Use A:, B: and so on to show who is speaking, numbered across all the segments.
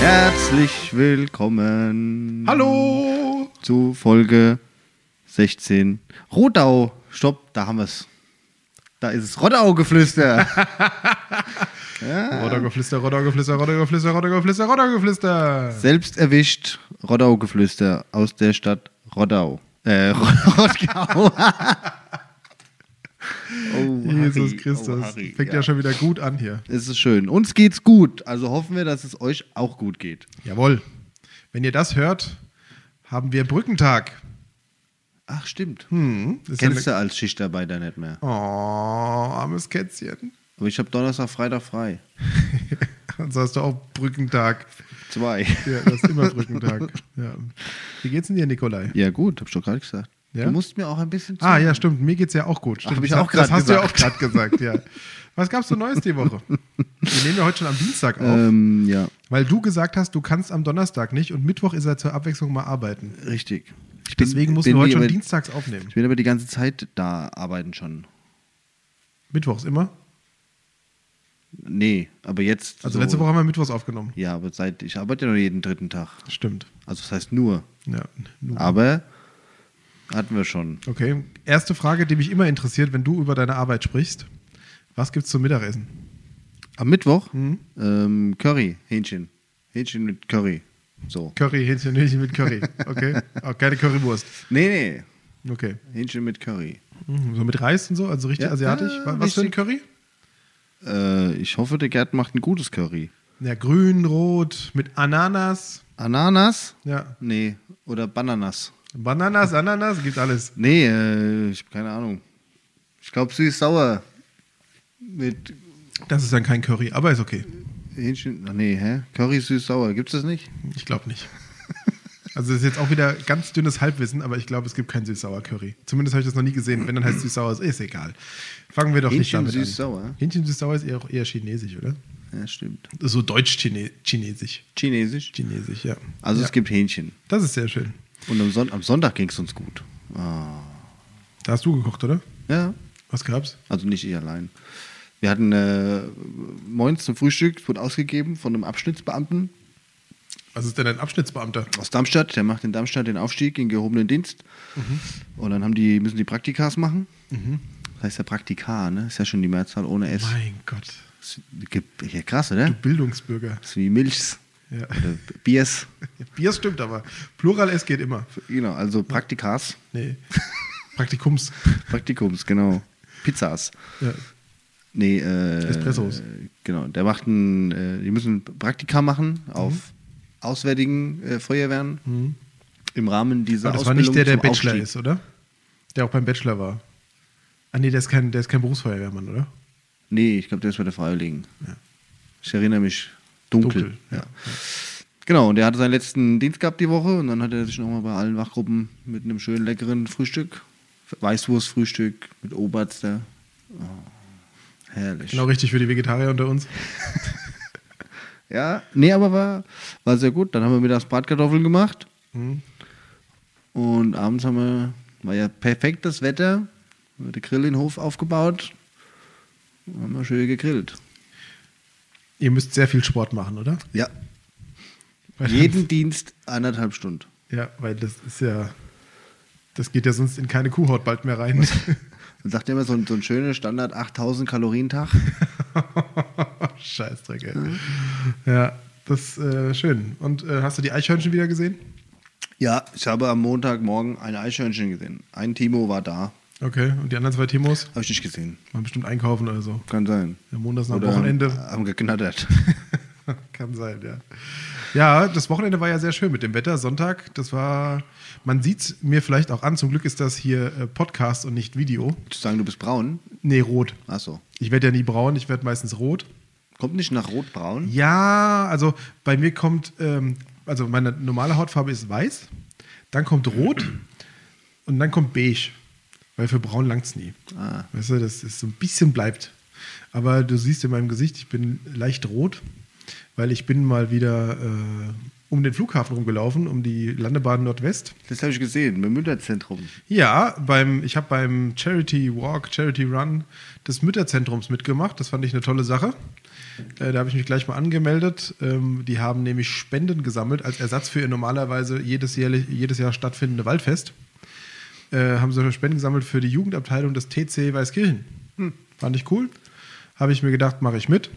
A: Herzlich willkommen
B: Hallo!
A: zu Folge 16. Rodau. Stopp, da haben wir es. Da ist es Rodau-Geflüster. Ah.
B: Roddergeflüster, Roddergeflüster, Roddergeflüster, Roddergeflüster, Roddergeflüster.
A: Selbst erwischt Rodau-Geflüster aus der Stadt Rodau. Äh, Rodau. oh,
B: Jesus
A: Harry,
B: Christus.
A: oh, Harry,
B: Fängt ja. schon wieder gut an hier.
A: Es ist schön. Uns geht's gut. Also hoffen wir, dass es euch auch gut geht.
B: Jawohl. Wenn ihr das hört, haben wir Brückentag.
A: Ach, stimmt.
B: Hm. Ist
A: Kennst du als Schichtarbeiter nicht mehr.
B: Oh, armes Kätzchen.
A: Aber ich habe Donnerstag, Freitag frei.
B: Sonst hast du auch Brückentag.
A: Zwei.
B: Ja, du hast immer Brückentag. Ja. Wie geht's denn dir, Nikolai?
A: Ja, gut, hab ich doch gerade gesagt.
B: Ja?
A: Du musst mir auch ein bisschen.
B: Ah,
A: zuhören.
B: ja, stimmt. Mir geht's ja auch gut. Stimmt.
A: Hab ich
B: Das-
A: auch
B: Das
A: grad
B: hast du ja auch gerade
A: gesagt.
B: gesagt, ja. Was gab's so Neues die Woche? Wir nehmen ja heute schon am Dienstag auf.
A: Ähm, ja,
B: Weil du gesagt hast, du kannst am Donnerstag nicht und Mittwoch ist er zur Abwechslung mal arbeiten.
A: richtig. Ich bin-
B: Deswegen musst
A: bin
B: du heute
A: die-
B: schon
A: aber-
B: dienstags aufnehmen.
A: Ich bin aber die ganze Zeit da arbeiten schon.
B: Mittwochs immer.
A: Nee, aber jetzt.
B: Also
A: so-
B: letzte Woche haben wir mittwochs aufgenommen.
A: Ja, aber seit. Ich arbeite ja nur jeden dritten Tag.
B: Stimmt.
A: Also, das heißt nur.
B: Ja. nun.
A: Aber hatten wir schon.
B: Okay. Erste Frage, die mich immer interessiert, wenn du über deine Arbeit sprichst. Was gibt's zum Mittagessen?
A: Am Mittwoch
B: Mhm.
A: ähm, Curry, Hähnchen. Hähnchen mit Curry. So.
B: Curry, Hähnchen, Hähnchen mit Curry. Okay. Auch keine Currywurst.
A: Nee, nee.
B: Okay.
A: Hähnchen mit Curry.
B: Mhm, So mit Reis und so, also richtig
A: Ja,
B: asiatisch.
A: äh,
B: Wa- Was für ein
A: richtig.
B: Curry?
A: Äh, ich hoffe, der Gerd macht ein gutes Curry.
B: Ja, grün, rot, mit Ananas.
A: Ananas?
B: Ja.
A: Nee. Oder Bananas.
B: Bananas, Ananas, gibt alles.
A: Nee, äh, ich habe keine Ahnung. Ich glaube süß-sauer. Mit
B: Das ist dann kein Curry, aber ist okay.
A: Hähnchen. Ach nee, hä? Curry süß-sauer. Gibt's das nicht?
B: Ich glaube nicht. Also das ist jetzt auch wieder ganz dünnes Halbwissen, aber ich glaube, es gibt kein süß-sauer-Curry. Zumindest habe ich das noch nie gesehen. Wenn dann heißt süß-sauer, ist- ist egal. Fangen wir doch
A: Hähnchen
B: nicht damit
A: süß-sauer?
B: an. Hähnchen süß-sauer ist eher, auch eher chinesisch, oder?
A: Ja, stimmt.
B: So deutsch-chinesisch.
A: Chinesisch?
B: Chinesisch, ja.
A: Also
B: ja.
A: es gibt Hähnchen.
B: Das ist sehr schön.
A: Und am, Son am Sonntag ging's uns gut. Ah.
B: Da hast du gekocht, oder?
A: Ja,
B: Was gab's?
A: also nicht ich allein. Wir hatten äh, morgens zum Frühstück, es wurde ausgegeben von einem Abschnittsbeamten
B: Was ist denn ein Abschnittsbeamter?
A: aus Darmstadt. Der macht in Darmstadt den Aufstieg in gehobenen Dienst.
B: Mhm.
A: Und dann haben die, müssen die Praktikas machen. Das heißt ja Praktika, ne? Ist ja schon die Mehrzahl ohne S.
B: Mein Gott.
A: Das gibt- Ja, krass, oder?
B: Du Bildungsbürger.
A: Das ist wie Milchs
B: Ja.
A: oder Biers.
B: Bier stimmt aber. Plural S geht immer.
A: Genau, also Praktikas,
B: Nee. Praktikums.
A: Praktikums, genau. Pizzas.
B: Ja.
A: Nee, äh,
B: Espressos.
A: Genau, der macht ein, äh, die müssen Praktika machen auf
B: Mhm.
A: auswärtigen äh, Feuerwehren im Rahmen dieser
B: Aber das war
A: Ausbildung
B: nicht der, der
A: zum
B: Bachelor
A: Aufstieg.
B: ist, oder? Der auch beim Bachelor war. Ah nee, der ist kein, der ist kein Berufsfeuerwehrmann, oder?
A: Nee, ich glaube, der ist bei der Freiwilligen.
B: Ja.
A: Ich erinnere mich dunkel.
B: Dunkel, ja.
A: ja. Genau, und der hatte seinen letzten Dienst gehabt die Woche und dann hat er sich nochmal bei allen Wachgruppen mit einem schönen leckeren Frühstück, Weißwurstfrühstück mit Oberster. Oh, herrlich.
B: Genau richtig für die Vegetarier unter uns.
A: Ja, nee, aber war, war sehr gut. Dann haben wir mittags Bratkartoffeln gemacht
B: Mhm.
A: und abends haben wir, war ja perfektes Wetter, haben wir den Grill in den Hof aufgebaut und haben wir schön gegrillt.
B: Ihr müsst sehr viel Sport machen, oder?
A: Ja,
B: Weil
A: jeden Dienst anderthalb Stunden.
B: Ja, weil das ist ja. Das geht ja sonst in keine Kuhhaut bald mehr rein.
A: Dann sagt er immer so ein, so ein schöner Standard 8000 Kalorien Tag.
B: Scheißdreck, ey.
A: Mhm.
B: Ja, das ist äh, schön. Und äh, hast du die Eichhörnchen wieder gesehen?
A: Ja, ich habe am Montagmorgen ein Eichhörnchen gesehen. Ein Timo war da.
B: Okay. Und die anderen zwei Timos?
A: Habe ich nicht gesehen.
B: Waren bestimmt einkaufen oder so.
A: Kann sein.
B: Ja, montags nach dem
A: Oder haben-
B: Wochenende.
A: Haben geknattert.
B: Kann sein, ja. Ja, das Wochenende war ja sehr schön mit dem Wetter. Sonntag, das war, man sieht es mir vielleicht auch an. Zum Glück ist das hier äh, Podcast und nicht Video.
A: Zu sagen, du bist braun.
B: Nee, rot.
A: Achso.
B: Ich werde ja nie braun, ich werde meistens rot.
A: Kommt nicht nach rotbraun?
B: Ja, also bei mir kommt, ähm, also meine normale Hautfarbe ist weiß, dann kommt rot und dann kommt beige. Weil für braun langt es nie.
A: Ah.
B: Weißt du, das ist so ein bisschen bleibt. Aber du siehst in meinem Gesicht, ich bin leicht rot, weil ich bin mal wieder äh, um den Flughafen rumgelaufen, um die Landebahn Nordwest.
A: Das habe ich gesehen, beim Münterzentrum.
B: Ja, beim, ich habe beim Charity Walk, Charity Run des Mütterzentrums mitgemacht. Das fand ich eine tolle Sache. Äh, da habe ich mich gleich mal angemeldet. Ähm, die haben nämlich Spenden gesammelt als Ersatz für ihr normalerweise jedes, jährlich, jedes Jahr stattfindende Waldfest. Äh, haben so Spenden gesammelt für die Jugendabteilung des TC Weißkirchen. Hm, Fand ich cool. Habe ich mir gedacht, mache ich mit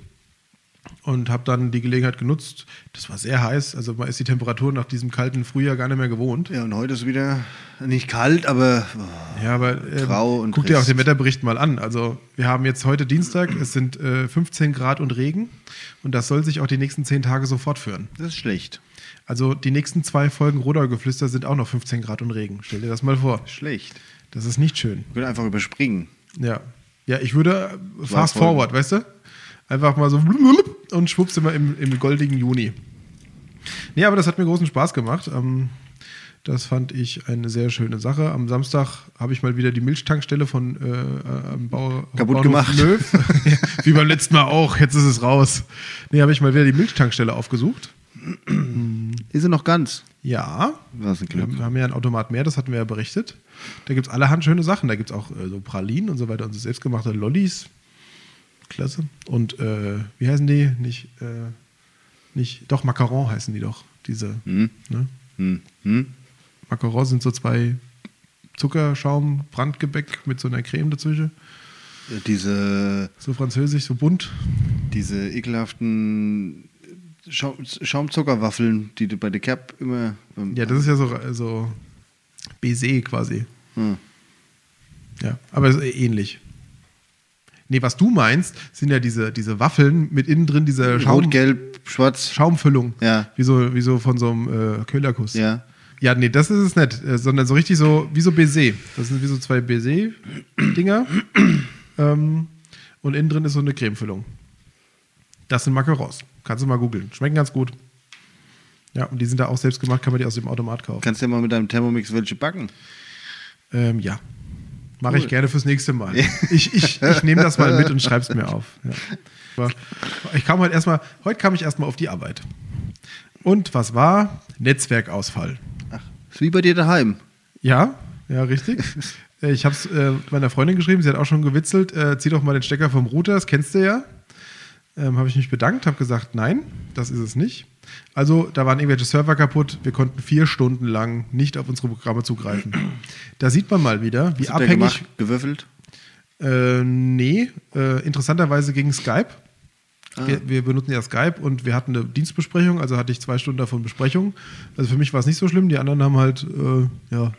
B: und habe dann die Gelegenheit genutzt. Das war sehr heiß, also man ist die Temperatur nach diesem kalten Frühjahr gar nicht mehr gewohnt.
A: Ja, und heute ist wieder nicht kalt, aber oh,
B: Ja, aber ähm,
A: Grau und
B: guck dir auch
A: trist.
B: den Wetterbericht mal an. Also wir haben jetzt heute Dienstag, es sind äh, 15 Grad und Regen und das soll sich auch die nächsten 10 Tage so fortführen.
A: das ist schlecht.
B: Also die nächsten zwei Folgen Rodau-Geflüster sind auch noch 15 Grad und Regen. Stell dir das mal vor.
A: Schlecht.
B: Das ist nicht schön.
A: Wir können einfach überspringen.
B: Ja. Ja, ich würde äh, fast
A: Folgen.
B: forward, weißt du? Einfach mal so und schwupps immer im, im goldigen Juni. Nee, aber das hat mir großen Spaß gemacht. Ähm, das fand ich eine sehr schöne Sache. Am Samstag habe ich mal wieder die Milchtankstelle von äh, äh, am Bau
A: Kaputt
B: Bauernhof
A: gemacht.
B: Löw. Ja, Wie beim letzten Mal auch. Jetzt ist es raus. Nee, habe ich mal wieder die Milchtankstelle aufgesucht.
A: Ist sie noch ganz?
B: Ja,
A: Was ein
B: wir
A: Glück.
B: haben- wir haben ja einen Automat mehr, das hatten wir ja berichtet. Da gibt es allerhand schöne Sachen. Da gibt es auch äh, so Pralinen und so weiter und so selbstgemachte Lollis. Klasse. Und äh, wie heißen die? Nicht, äh, nicht, doch, Macaron heißen die doch. Diese. Ne?
A: Hm. Hm.
B: Macaron sind so zwei Zuckerschaum, Brandgebäck mit so einer Creme dazwischen.
A: Diese,
B: So französisch, so bunt.
A: diese ekelhaften Schaum, Schaumzuckerwaffeln, die du bei der Cap immer.
B: Ja, das ist ja so, äh, so Baiser quasi.
A: Hm.
B: Ja, aber es ist eh ähnlich. Nee, was du meinst, sind ja diese, diese Waffeln mit innen drin dieser Schaum,
A: Rot, gelb, schwarz.
B: Schaumfüllung.
A: Ja.
B: Wie so, wie so von so einem äh, Köhlerkuss.
A: Ja.
B: Ja, nee, das ist es nicht, äh, sondern so richtig so, wie so Baiser. Das sind wie so zwei Baiser-Dinger. ähm, und innen drin ist so eine Cremefüllung. Das sind Macarons. Kannst du mal googeln. Schmecken ganz gut. Ja, und die sind da auch selbst gemacht, kann man die aus dem Automat kaufen.
A: Kannst du ja mal mit deinem Thermomix welche backen.
B: Ähm, ja. Mache ich
A: Cool.
B: gerne fürs nächste Mal. Ich, ich, ich nehme das mal mit und schreibe es mir auf. Ja. Aber ich kam heute erstmal, heute kam ich erstmal auf die Arbeit. Und was war? Netzwerkausfall.
A: Ach, ist wie bei dir daheim.
B: Ja, ja, richtig. Äh, Ich habe es äh, meiner Freundin geschrieben, sie hat auch schon gewitzelt, äh, zieh doch mal den Stecker vom Router, das kennst du ja. Ähm, habe ich mich bedankt, habe gesagt, nein, das ist es nicht. Also, da waren irgendwelche Server kaputt, wir konnten vier Stunden lang nicht auf unsere Programme zugreifen. Da sieht man mal wieder, wie
A: Was habt ihr
B: abhängig
A: gemacht? gewürfelt.
B: äh, nee, äh, interessanterweise gegen Skype.
A: Ah.
B: Wir, wir benutzen ja Skype und wir hatten eine Dienstbesprechung, also hatte ich zwei Stunden davon Besprechung. Also für mich war es nicht so schlimm, die anderen haben halt äh, ja,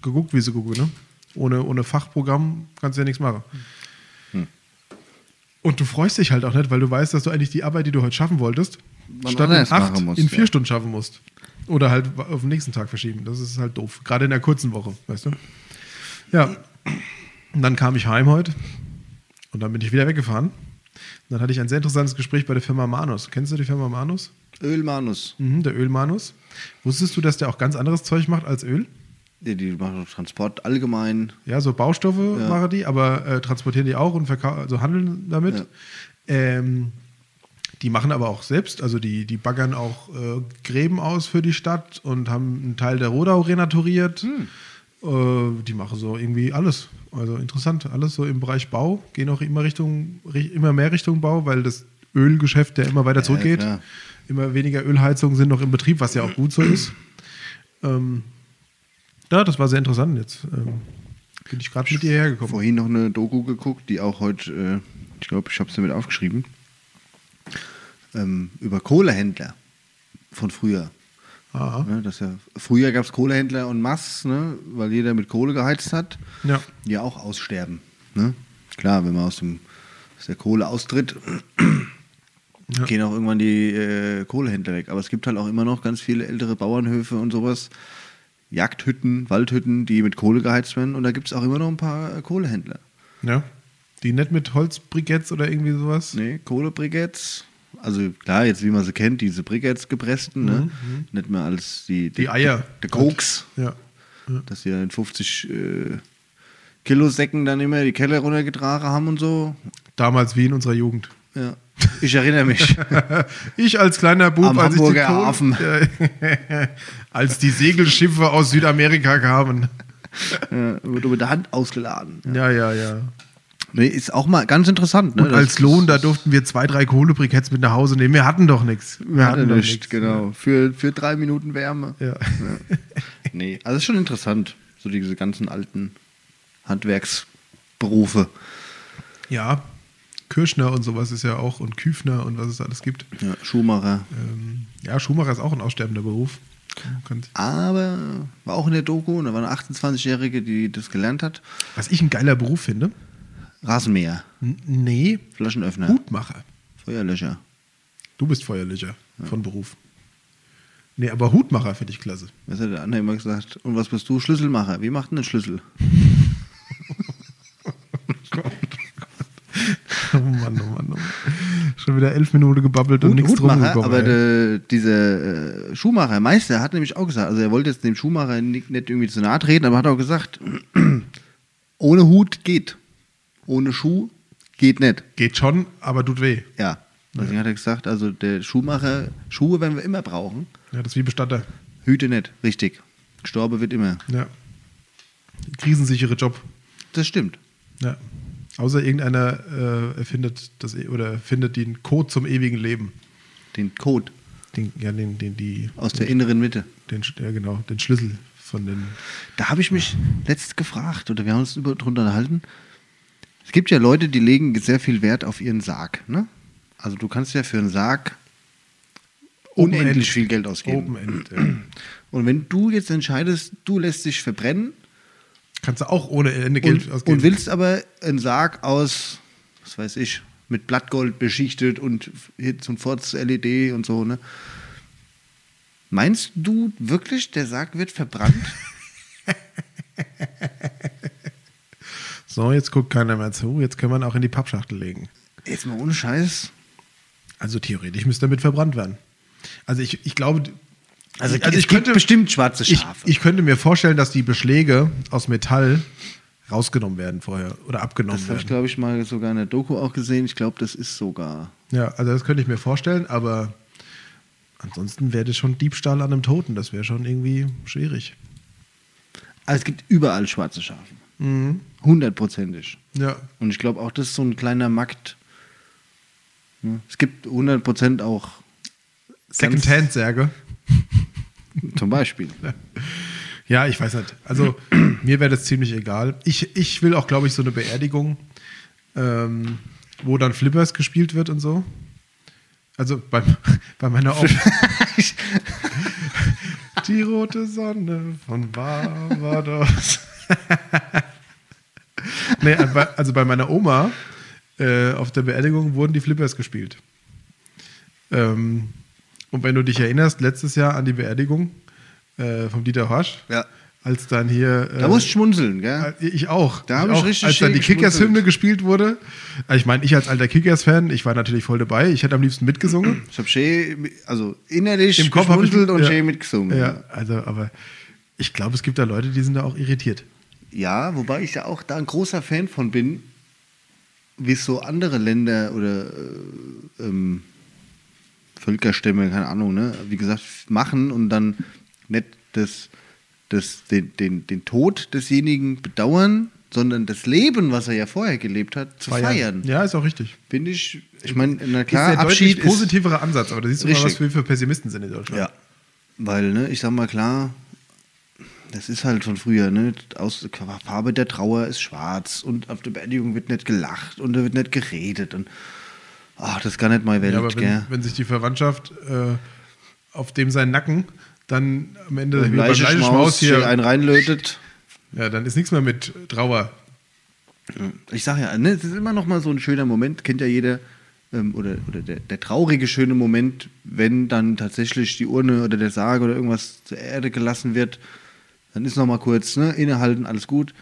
B: geguckt, wie sie gucken. Ne? Ohne, ohne Fachprogramm kannst du ja nichts machen.
A: Hm.
B: Und du freust dich halt auch nicht, weil du weißt, dass du eigentlich die Arbeit, die du heute schaffen wolltest,
A: Wann
B: statt in
A: anders
B: acht
A: machen musst,
B: in vier
A: ja.
B: Stunden schaffen musst. Oder halt auf den nächsten Tag verschieben. Das ist halt doof. Gerade in der kurzen Woche, weißt du? Ja. Und dann kam ich heim heute und dann bin ich wieder weggefahren. Und dann hatte ich ein sehr interessantes Gespräch bei der Firma Manus. Kennst du die Firma Manus?
A: Ölmanus.
B: Mhm, der Ölmanus. Wusstest du, dass der auch ganz anderes Zeug macht als Öl?
A: Ja, die machen doch Transport allgemein.
B: Ja, so Baustoffe machen die, aber äh, transportieren die auch und verkau- also handeln damit.
A: Ja.
B: Ähm, die machen aber auch selbst, also die, die baggern auch äh, Gräben aus für die Stadt und haben einen Teil der Rodau renaturiert.
A: Hm.
B: Äh, die machen so irgendwie alles. Also interessant, alles so im Bereich Bau, gehen auch immer Richtung, ri- immer mehr Richtung Bau, weil das Ölgeschäft, der immer weiter zurückgeht,
A: klar.
B: immer weniger Ölheizungen sind noch im Betrieb, was ja auch gut so ist. Ähm, ja, das war sehr interessant jetzt. Ähm, bin ich gerade mit dir hergekommen.
A: Vorhin noch eine Doku geguckt, die auch heute, äh, ich glaube, ich habe es damit aufgeschrieben, ähm, über Kohlehändler von früher.
B: Aha.
A: Ne, dass ja, früher gab es Kohlehändler und Mass, ne, weil jeder mit Kohle geheizt hat,
B: Ja.
A: die auch aussterben. Ne? Klar, wenn man aus, dem, aus der Kohle austritt,
B: Ja.
A: gehen auch irgendwann die äh, Kohlehändler weg. Aber es gibt halt auch immer noch ganz viele ältere Bauernhöfe und sowas, Jagdhütten, Waldhütten, die mit Kohle geheizt werden. Und da gibt es auch immer noch ein paar äh, Kohlehändler.
B: Ja. Die nicht mit Holzbriketts oder irgendwie sowas.
A: Nee, Kohlebriketts. Ne, Also klar, jetzt wie man sie kennt, diese Briketts gepressten, ne? Nicht mehr als die,
B: Mhm, Die Eier.
A: Der Koks,
B: Ja.
A: dass sie dann in 50 äh, Kilo Säcken dann immer die Keller runtergetragen haben und so.
B: Damals wie in unserer Jugend.
A: Ja. Ich erinnere mich.
B: Ich als kleiner Bub,
A: Am
B: als
A: Hamburger
B: ich die Ton- als die Segelschiffe aus Südamerika kamen.
A: ja, wird über der Hand ausgeladen.
B: Ja, ja, ja.
A: Ne, Nee, ist auch mal ganz interessant. Ne?
B: Und als Lohn, da durften wir zwei, drei Kohlebriketts mit nach Hause nehmen. Wir hatten doch nichts. Wir
A: Hat er
B: doch
A: nicht,
B: nix.
A: genau. Für, für drei Minuten Wärme.
B: Ja.
A: Nee, also ist schon interessant. So diese ganzen alten Handwerksberufe.
B: ja. Kirschner und sowas ist ja auch und Küfner und was es alles gibt.
A: Ja, Schuhmacher.
B: Ähm, ja, Schuhmacher ist auch ein aussterbender Beruf. Man kann-
A: Aber war auch in der Doku, und da war eine 28-Jährige, die das gelernt hat.
B: Was ich ein geiler Beruf finde?
A: Rasenmäher,
B: N nee,
A: Flaschenöffner,
B: Hutmacher.
A: Feuerlöscher.
B: Du bist Feuerlöcher von Beruf. Nee, aber Hutmacher finde ich klasse.
A: Was hat der andere immer gesagt? Und was bist du? Schlüsselmacher. Wie macht denn ein Schlüssel?
B: Oh Mann, oh Mann, oh Mann. Schon wieder elf Minuten gebabbelt und
A: Gut,
B: nichts drum
A: Hutmacher,
B: gekommen.
A: aber
B: ey.
A: der, dieser äh, Schuhmacher, Meister, hat nämlich auch gesagt, also er wollte jetzt dem Schuhmacher nicht, nicht irgendwie zu nahe treten, aber hat auch gesagt, ohne Hut geht. Ohne Schuh geht nicht.
B: Geht schon, aber tut weh.
A: Ja. Deswegen hat er gesagt, also der Schuhmacher, Schuhe werden wir immer brauchen,
B: Ja, das ist wie Bestatter.
A: Hüte nicht, richtig. Gestorben wird immer.
B: Ja. Krisensichere Job.
A: Das stimmt.
B: Ja. Außer irgendeiner äh, erfindet das e- oder findet den Code zum ewigen Leben.
A: Den Code
B: Den, ja, den, den, die,
A: aus der inneren Mitte.
B: den, ja, genau, den Schlüssel von den.
A: Da habe ich mich letzt gefragt, oder wir haben uns über, drunter unterhalten. Es gibt ja Leute, die legen sehr viel Wert auf ihren Sarg. Ne? Also du kannst ja für einen Sarg unendlich
B: Open-end.
A: viel Geld ausgeben.
B: Open-end, ja.
A: Und wenn du jetzt entscheidest, du lässt dich verbrennen
B: Kannst du auch ohne Ende Geld
A: und,
B: ausgeben.
A: und willst aber einen Sarg aus, was weiß ich, mit Blattgold beschichtet und hier zum Forts LED und so, ne? Meinst du wirklich, der Sarg wird verbrannt?
B: So, jetzt guckt keiner mehr zu. Jetzt kann man auch in die Pappschachtel legen.
A: Jetzt mal ohne Scheiß.
B: Also theoretisch müsste damit verbrannt werden. Also ich, ich glaube,
A: Also, es gibt bestimmt schwarze
B: ich,
A: Schafe.
B: ich könnte mir vorstellen, dass die Beschläge aus Metall rausgenommen werden vorher oder abgenommen
A: Das habe ich,
B: werden.
A: glaube ich, mal sogar in der Doku auch gesehen. Ich glaube, das ist sogar.
B: Ja, also das könnte ich mir vorstellen, aber ansonsten wäre das schon Diebstahl an einem Toten. Das wäre schon irgendwie schwierig.
A: Also es gibt überall schwarze Schafe. Mhm. Hundertprozentig.
B: Ja.
A: Und ich glaube auch, das ist so ein kleiner Markt. Ne? Es gibt 100% auch,
B: Secondhand-Särge.
A: zum Beispiel.
B: Ja, ich weiß nicht. Also mir wäre das ziemlich egal. Ich, ich will auch, glaube ich, so eine Beerdigung, ähm, wo dann Flippers gespielt wird und so. Also bei, bei meiner Oma. Die rote Sonne von Barbados. nee, bei- also bei meiner Oma äh, auf der Beerdigung wurden die Flippers gespielt. Ähm, und wenn du dich erinnerst, letztes Jahr an die Beerdigung äh, vom Dieter Horsch,
A: Ja.
B: als dann hier.
A: Da
B: äh,
A: musst du schmunzeln, gell?
B: ich auch.
A: Da hab
B: ich
A: ich
B: auch,
A: richtig
B: Als dann
A: schön
B: die Kickers-Hymne
A: geschmunzelt.
B: gespielt wurde. Ich meine, ich als alter Kickers-Fan, ich war natürlich voll dabei. Ich hätte am liebsten mitgesungen.
A: Ich habe schön, also innerlich
B: Im Kopf habe ich
A: geschmunzelt und schön mitgesungen.
B: Ja, also, aber ich glaube, es gibt da Leute, die sind da auch irritiert.
A: Ja, wobei ich ja auch da ein großer Fan von bin, wie es so andere Länder oder äh, ähm, Völkerstämme, keine Ahnung, ne, wie gesagt, machen und dann nicht das, das, den, den, den Tod desjenigen bedauern, sondern das Leben, was er ja vorher gelebt hat, zu feiern.
B: Ja, ist auch richtig.
A: Finde ich, ich meine, na
B: Klar,
A: klar,
B: ist der
A: Abschied
B: deutlich positivere Ansatz, aber da siehst du mal, was
A: Richtig.
B: wir für Pessimisten sind in
A: ist,
B: Deutschland.
A: ja, weil, ne, ich sag mal klar, Das ist halt von früher, ne? Aus Farbe der Trauer ist schwarz und auf der Beerdigung wird nicht gelacht und da wird nicht geredet und ach, das kann nicht meine Welt,
B: Ja, aber wenn,
A: gell?
B: wenn sich die Verwandtschaft äh, auf dem sein Nacken dann am Ende wie
A: Leiche
B: beim
A: Schmaus
B: Leischmaus
A: hier
B: hier,
A: einen reinlötet.
B: ja, dann ist nichts mehr mit Trauer.
A: Ich sag ja, ne, es ist immer noch mal so ein schöner Moment, kennt ja jeder, ähm, oder, oder der, der traurige schöne Moment, wenn dann tatsächlich die Urne oder der Sarg oder irgendwas zur Erde gelassen wird, dann ist noch mal kurz, ne, innehalten, alles gut.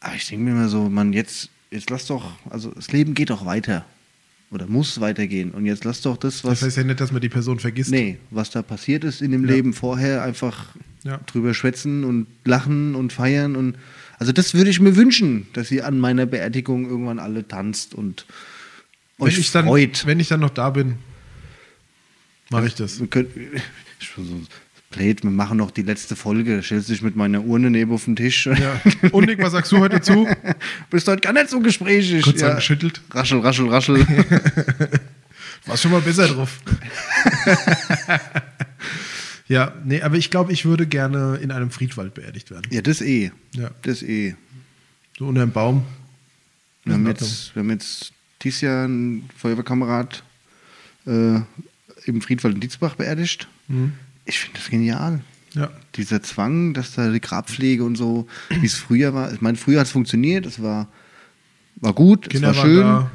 A: Aber ich denke mir immer so, man, jetzt, jetzt lass doch, also das Leben geht doch weiter. Oder muss weitergehen. Und jetzt lass doch das,
B: Das
A: was.
B: heißt ja nicht, dass man die Person vergisst.
A: Nee, was da passiert ist in dem
B: Ja.
A: Leben vorher, einfach
B: Ja.
A: drüber schwätzen und lachen und feiern und also das würde ich mir wünschen, dass ihr an meiner Beerdigung irgendwann alle tanzt und
B: Wenn
A: euch
B: ich, dann,
A: freut.
B: wenn ich dann noch da bin, mache ich das.
A: Wir können, ich bin so blöd, wir machen noch die letzte Folge. Stellst dich mit meiner Urne neben auf den Tisch.
B: Ja. Und Nick, was sagst du heute dazu?
A: Bist heute gar nicht so gesprächig.
B: Kurz angeschüttelt.
A: Raschel, raschel, raschel.
B: Warst schon mal besser drauf. ja, nee, aber ich glaube, ich würde gerne in einem Friedwald beerdigt werden.
A: ja, das eh.
B: Ja.
A: Das eh.
B: So unter einem Baum.
A: Wir
B: In
A: haben,
B: Ordnung.
A: jetzt, wir haben jetzt dieses Jahr einen Feuerwehrkamerad äh, im Friedwald in Dietzbach beerdigt.
B: Mhm.
A: Ich finde das genial.
B: Ja.
A: Dieser Zwang, dass da die Grabpflege und so, wie es früher war. Ich meine, früher hat es funktioniert, es war, war gut,
B: Kinder
A: es war
B: waren
A: schön.
B: da.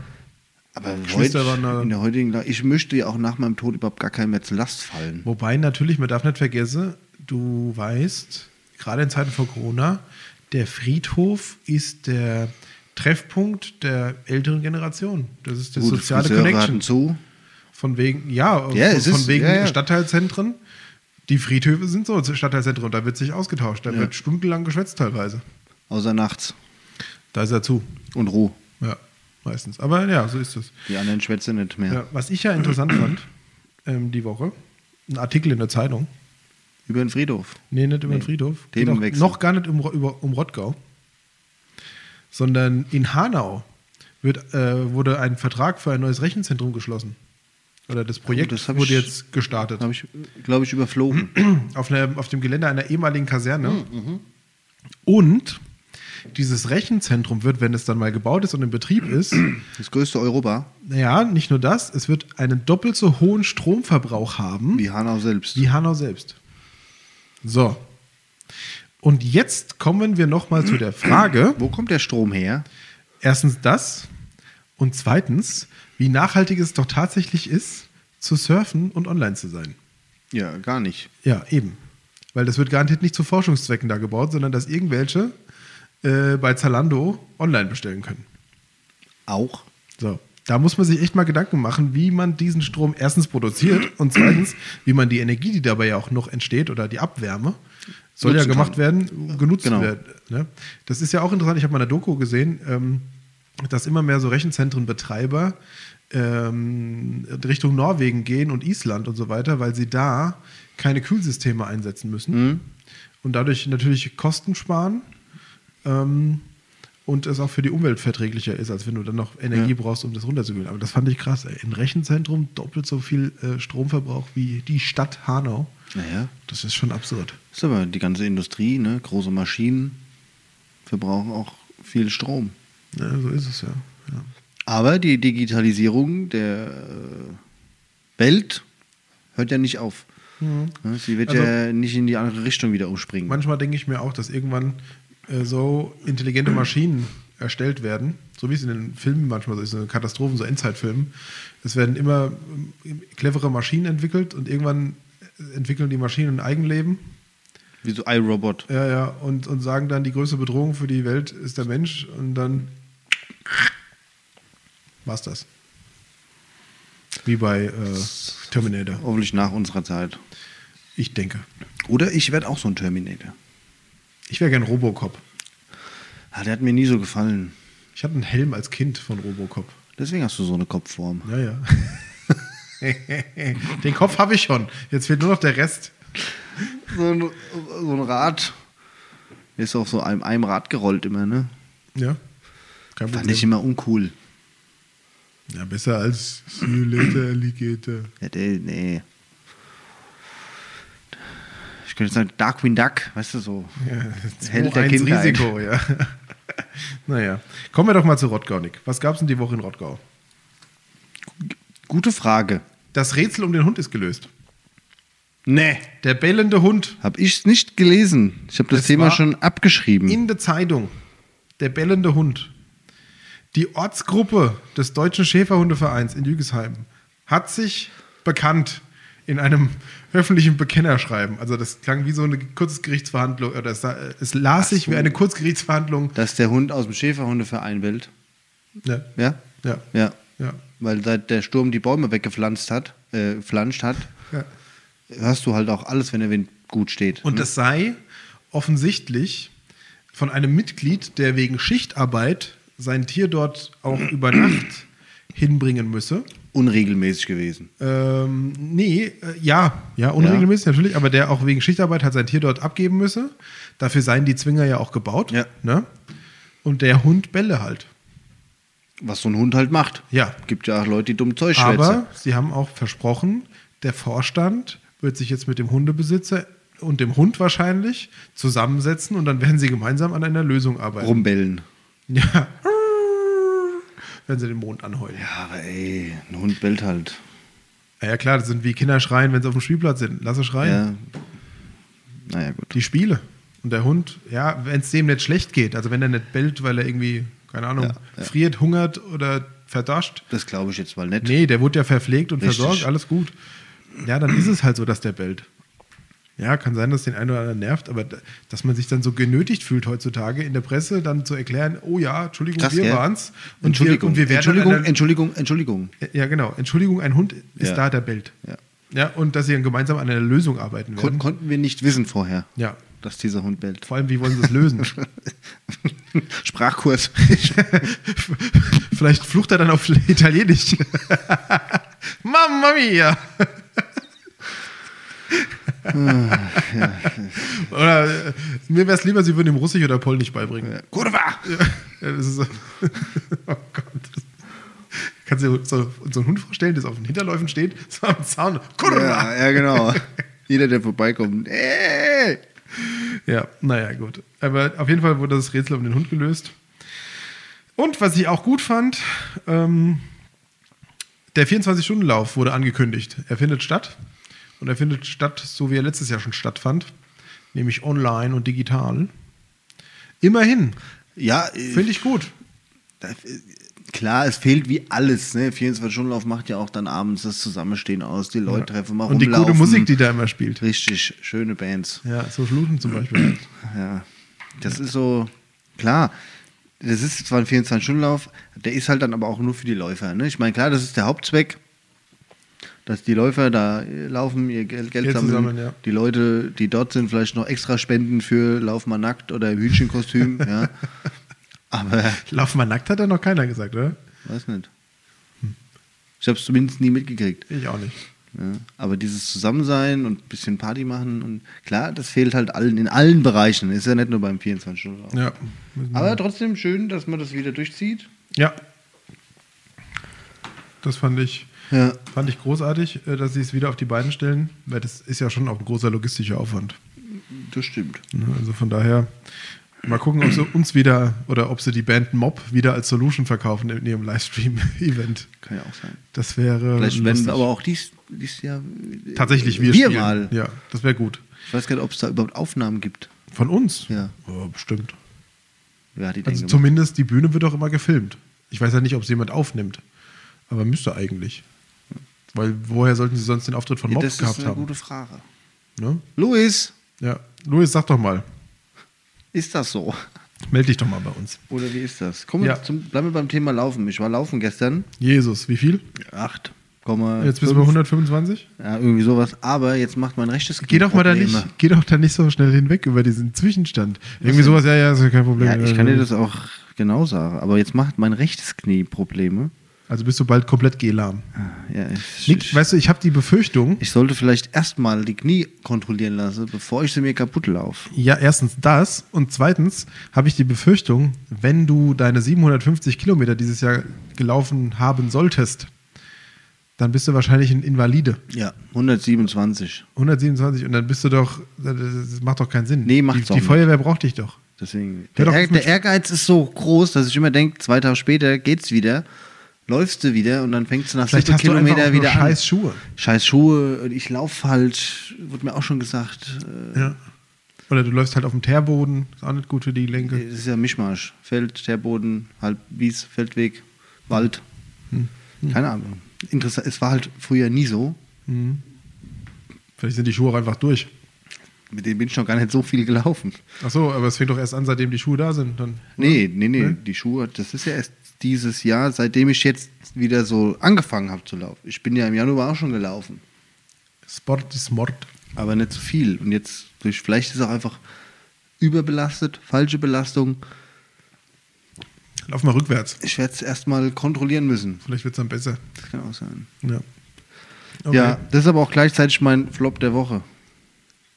A: Aber
B: Geschwister
A: heute,
B: waren da.
A: in der heutigen Lage, ich möchte ja auch nach meinem Tod überhaupt gar keinem mehr zur Last fallen.
B: Wobei natürlich, man darf nicht vergessen, du weißt, gerade in Zeiten von Corona, der Friedhof ist der Treffpunkt der älteren Generation. Das ist die
A: Gut,
B: soziale
A: Friseure
B: Connection.
A: hatten zu.
B: Von wegen, ja,
A: Ja,
B: von,
A: es
B: von
A: ist-
B: wegen
A: ja, ja.
B: Stadtteilzentren. Die Friedhöfe sind so Stadtteilzentren, da wird sich ausgetauscht, da
A: Ja.
B: wird stundenlang geschwätzt teilweise.
A: Außer nachts.
B: Da ist er zu,
A: Und roh.
B: ja, meistens. Aber ja, so ist es.
A: Die anderen schwätzen nicht mehr.
B: Ja. was ich ja interessant fand, ähm, die Woche, ein Artikel in der Zeitung,
A: Über den Friedhof.
B: Nee, nicht über den Friedhof. Geht auch
A: Themenwechsel.
B: noch gar nicht um, Ro- über, um Rottgau, sondern in Hanau wird, äh, wurde ein Vertrag für ein neues Rechenzentrum geschlossen. Oder das Projekt
A: Oh, das hab
B: wurde
A: ich-
B: jetzt gestartet.
A: Habe ich, glaube ich, überflogen.
B: Auf, einer, auf dem Gelände einer ehemaligen Kaserne. Und dieses Rechenzentrum wird, wenn es dann mal gebaut ist und in Betrieb ist,
A: Das größte Europa,
B: naja, nicht nur das, es wird einen doppelt so hohen Stromverbrauch haben
A: wie Hanau selbst.
B: Wie Hanau selbst. So. Und jetzt kommen wir nochmal zu der Frage.
A: Wo kommt der Strom her?
B: Erstens das. Und zweitens, wie nachhaltig es doch tatsächlich ist, zu surfen und online zu sein.
A: Ja, gar nicht.
B: Ja, eben. Weil das wird garantiert nicht zu Forschungszwecken da gebaut, sondern dass irgendwelche äh, bei Zalando online bestellen können.
A: Auch?
B: So. Da muss man sich echt mal Gedanken machen, wie man diesen Strom erstens produziert und zweitens, wie man die Energie, die dabei ja auch noch entsteht oder die Abwärme, soll ja
A: Nutzen
B: gemacht
A: kann.
B: werden, genutzt
A: Genau.
B: werden. Ne? Das ist ja auch interessant. Ich habe mal eine Doku gesehen, ähm, dass immer mehr so Rechenzentrenbetreiber ähm, in Richtung Norwegen gehen und Island und so weiter, weil sie da keine Kühlsysteme einsetzen müssen
A: Mhm.
B: und dadurch natürlich Kosten sparen. Ähm, und es auch für die Umwelt verträglicher ist, als wenn du dann noch Energie
A: Ja.
B: brauchst, um das runterzukühlen. Aber das fand ich krass. Ey. Ein Rechenzentrum doppelt so viel äh, Stromverbrauch wie die Stadt Hanau.
A: Naja,
B: Das ist schon absurd.
A: ist aber die ganze Industrie, ne? große Maschinen verbrauchen auch viel Strom.
B: Ja, so ist es ja. ja.
A: Aber die Digitalisierung der äh, Welt hört ja nicht auf. Ne, Sie wird
B: Also-
A: ja nicht in die andere Richtung wieder umspringen.
B: Manchmal denke ich mir auch, dass irgendwann äh, so intelligente Maschinen erstellt werden, so wie es in den Filmen manchmal so ist, in den Katastrophen, so Endzeitfilmen. Es werden immer ähm, clevere Maschinen entwickelt und irgendwann äh, entwickeln die Maschinen ein Eigenleben
A: Wie so iRobot.
B: Ja, ja, und, und sagen dann, die größte Bedrohung für die Welt ist der Mensch und dann war's das. Wie bei äh, Terminator.
A: Hoffentlich nach unserer Zeit.
B: Ich denke.
A: Oder ich werde auch so ein Terminator.
B: Ich wäre gern Robocop.
A: Ah, der hat mir nie so gefallen.
B: Ich hatte einen Helm als Kind von Robocop.
A: Deswegen hast du so eine Kopfform.
B: Ja, ja. Den Kopf habe ich schon. Jetzt fehlt nur noch der Rest.
A: So ein, so ein Rad. Der ist auf so einem, einem Rad gerollt immer, ne?
B: Ja. Kein
A: Fand ich
B: Problem.
A: immer uncool.
B: Ja, besser als See you later, Alligator.
A: Ja, der, nee. Ich könnte sagen, Darkwing Duck, weißt du so.
B: Ja,
A: Held der
B: 2-1
A: Kindheit.
B: Risiko, ja. naja. Kommen wir doch mal zu Rottgau, Nick. Was gab es denn die Woche in Rottgau?
A: Gute Frage.
B: Das Rätsel um den Hund ist gelöst.
A: Nee.
B: Der bellende Hund
A: Hab ich's nicht gelesen. Ich habe das
B: Es
A: Thema
B: war
A: schon abgeschrieben.
B: in der Zeitung. Der bellende Hund. Die Ortsgruppe des Deutschen Schäferhundevereins in Jügesheim hat sich bekannt in einem öffentlichen Bekennerschreiben. Also das klang wie so eine Kurzgerichtsverhandlung. Oder es, sa- es las sich wie eine Kurzgerichtsverhandlung.
A: Dass der Hund aus dem Schäferhundeverein will.
B: Ja.
A: Ja?
B: Ja.
A: Ja.
B: Ja.
A: Weil seit der Sturm die Bäume weggepflanzt hat, äh, pflanzt hat,
B: ja.
A: hörst du halt auch alles, wenn der Wind gut steht. Ne?
B: Und das sei offensichtlich von einem Mitglied, der wegen Schichtarbeit sein Tier dort auch über Nacht hinbringen müsse.
A: Unregelmäßig gewesen.
B: Ähm, nee, äh, ja, ja, unregelmäßig natürlich, aber der auch wegen Schichtarbeit hat sein Tier dort abgeben müssen. Dafür seien die Zwinger ja auch gebaut.
A: Ja.
B: Ne? Und der Hund bälle halt.
A: Was so ein Hund halt macht.
B: Ja.
A: Gibt ja auch Leute, die dumm Zeug schwätzen.
B: Aber sie haben auch versprochen, der Vorstand wird sich jetzt mit dem Hundebesitzer und dem Hund wahrscheinlich zusammensetzen und dann werden sie gemeinsam an einer Lösung arbeiten.
A: Rumbellen.
B: Ja. Wenn sie den Mond anheulen.
A: Ja, aber ey, ein Hund bellt halt.
B: Ja. ja, klar, das sind wie Kinder schreien, wenn sie auf dem Spielplatz sind. Lass sie schreien.
A: Ja. Naja, gut.
B: Die Spiele. Und der Hund, ja, wenn es dem nicht schlecht geht, also wenn er nicht bellt, weil er irgendwie, keine Ahnung,
A: Ja, ja.
B: friert, hungert oder verdascht,
A: Das glaube ich jetzt mal nicht.
B: Nee, der wurde ja verpflegt und
A: Richtig.
B: versorgt, alles gut. Ja, dann ist es halt so, dass der bellt. Ja, kann sein, dass den einen oder anderen nervt, aber d- dass man sich dann so genötigt fühlt heutzutage in der Presse, dann zu erklären, oh ja, Entschuldigung,
A: Krass,
B: wir
A: gell?
B: waren's. Und
A: Entschuldigung,
B: wir, und wir werden
A: Entschuldigung,
B: an
A: Entschuldigung, Entschuldigung.
B: einer, Ja, genau. Entschuldigung, ein Hund ist
A: Ja.
B: da, der bellt.
A: Ja.
B: Ja, und dass sie dann gemeinsam an einer Lösung arbeiten
A: Kon
B: werden.
A: konnten wir nicht wissen vorher,
B: Ja.
A: dass dieser Hund bellt.
B: Vor allem, wie wollen sie es lösen?
A: Sprachkurs.
B: Vielleicht flucht er dann auf Italienisch. Mamma mia! oder äh, mir wäre es lieber, sie würden ihm Russisch oder Polnisch beibringen.
A: Kurva!
B: Ja, das ist so. oh Gott. Kannst du dir so, so einen Hund vorstellen, der so auf den Hinterläufen steht, so am Zaun.
A: Ja, ja, genau. Jeder, der vorbeikommt. Ey!
B: Ja, naja, gut. Aber auf jeden Fall wurde das Rätsel um den Hund gelöst. Und was ich auch gut fand, ähm, der 24-Stunden-Lauf wurde angekündigt. Er findet statt. Und er findet statt, so wie er letztes Jahr schon stattfand, nämlich online und digital. Immerhin.
A: Ja, äh,
B: Finde ich gut.
A: klar, es fehlt wie alles. Ne? 24-Stunden-Lauf macht ja auch dann abends das Zusammenstehen aus, die Leute treffen, mal
B: und die
A: rumlaufen.
B: gute Musik, die da immer spielt.
A: Richtig, schöne Bands.
B: Ja, so Fluten zum Beispiel.
A: Ja, das ist so, klar, das ist zwar ein 24-Stunden-Lauf, der ist halt dann aber auch nur für die Läufer. Ne? Ich meine, klar, das ist der Hauptzweck, dass die Läufer da äh, laufen, ihr Geld, Geld
B: Geld
A: sammeln.
B: zusammen, ja.
A: Die Leute, die dort sind, vielleicht noch extra spenden für Lauf mal nackt oder im Hühnchenkostüm. ja. Aber,
B: Lauf mal nackt hat da noch keiner gesagt, oder?
A: weiß nicht. Ich habe es zumindest nie mitgekriegt.
B: Ich auch nicht.
A: Ja, aber dieses Zusammensein und ein bisschen Party machen und klar, das fehlt halt allen in allen Bereichen. Ist ja nicht nur beim 24-Stunden-Lauf.
B: Ja.
A: Aber trotzdem schön, dass man das wieder durchzieht.
B: Ja. Das fand ich,
A: Ja.
B: fand ich großartig, äh, dass sie es wieder auf die Beine stellen, weil das ist ja schon auch ein großer logistischer Aufwand.
A: Das stimmt.
B: ne? Also von daher, mal gucken, ob sie uns wieder oder ob sie die Band Mob wieder als Solution verkaufen in ihrem Livestream-Event.
A: Kann ja auch sein.
B: Das wäre.
A: Vielleicht werden
B: lustig.
A: wir aber auch dies, dies Jahr. äh,
B: Tatsächlich, wir,
A: wir
B: spielen.
A: mal.
B: Ja, das wäre gut.
A: Ich weiß gar nicht, ob es da überhaupt Aufnahmen gibt.
B: Von uns?
A: Ja.
B: Oh, bestimmt.
A: Wer hat die denn
B: Also
A: gemacht?
B: zumindest die Bühne wird auch immer gefilmt. Ich weiß ja nicht, ob es jemand aufnimmt. Aber müsste eigentlich. Weil woher sollten sie sonst den Auftritt von
A: Ja,
B: Mob
A: das ist
B: gehabt
A: eine
B: haben?
A: gute Frage.
B: Ne?
A: Luis,
B: Ja. Luis, sag doch mal.
A: ist das so?
B: Meld dich doch mal bei uns.
A: Oder wie ist das? Komm,
B: Ja.
A: zum, bleiben wir beim Thema Laufen. Ich war laufen gestern.
B: Jesus, wie viel?
A: 8,
B: Jetzt bist du bei 125?
A: ja, irgendwie sowas. Aber jetzt macht mein rechtes Knie
B: Geh doch mal da
A: Probleme.
B: nicht, geh doch da nicht so schnell hinweg über diesen Zwischenstand. Irgendwie sowas, ja, ja, ist ja ähm, kein Problem.
A: Ja, ich kann dir das auch genau sagen. Aber jetzt macht mein rechtes Knie Probleme.
B: Also bist du bald komplett gelahm.
A: Ja, ich,
B: Ah. Nick, weißt du, ich habe die Befürchtung,
A: Ich sollte vielleicht erstmal die Knie kontrollieren lassen, bevor ich sie mir kaputt laufe.
B: Ja, erstens das und zweitens habe ich die Befürchtung, wenn du deine 750 Kilometer dieses Jahr gelaufen haben solltest, dann bist du wahrscheinlich ein Invalide.
A: Ja. 127.
B: 127 und dann bist du doch, das macht doch keinen Sinn.
A: Nee, macht's
B: die,
A: auch
B: die
A: nicht.
B: Feuerwehr braucht dich doch.
A: Deswegen. Der,
B: Hör doch auf
A: Ehr,
B: mit-
A: der Ehrgeiz ist so groß, dass ich immer denke, zwei Tage später geht's wieder, läufst du wieder und dann fängst du nach
B: Vielleicht
A: sieben
B: hast du einfach auch
A: Kilometer
B: nur
A: wieder
B: scheiß
A: an.
B: Schuhe.
A: Scheiß Schuhe, und ich lauf falsch, wurde mir auch schon gesagt. äh,
B: Ja. Oder du läufst halt auf dem Teerboden, ist auch nicht gut für die
A: Äh,
B: Gelenke.
A: Es ist ja Mischmasch. Feld, Terboden, halb Wies, Feldweg, Wald. Keine Ahnung. Interessant, es war halt früher nie so.
B: Vielleicht sind die Schuhe auch einfach durch.
A: Mit denen bin ich noch gar nicht so viel gelaufen.
B: Ach so, aber es fängt doch erst an, seitdem die Schuhe da sind. Dann,
A: Nee, nee, nee,
B: Nee?
A: die Schuhe, das ist ja erst dieses Jahr, seitdem ich jetzt wieder so angefangen habe zu laufen. Ich bin ja im Januar auch schon gelaufen,
B: Sport ist Mord.
A: aber nicht so viel. Und jetzt, durch, vielleicht ist auch einfach überbelastet, falsche Belastung.
B: Lauf mal rückwärts.
A: Ich werde es erstmal kontrollieren müssen.
B: Vielleicht wird es dann besser.
A: Das kann auch sein.
B: Ja. Okay.
A: Ja, das ist aber auch gleichzeitig mein Flop der Woche.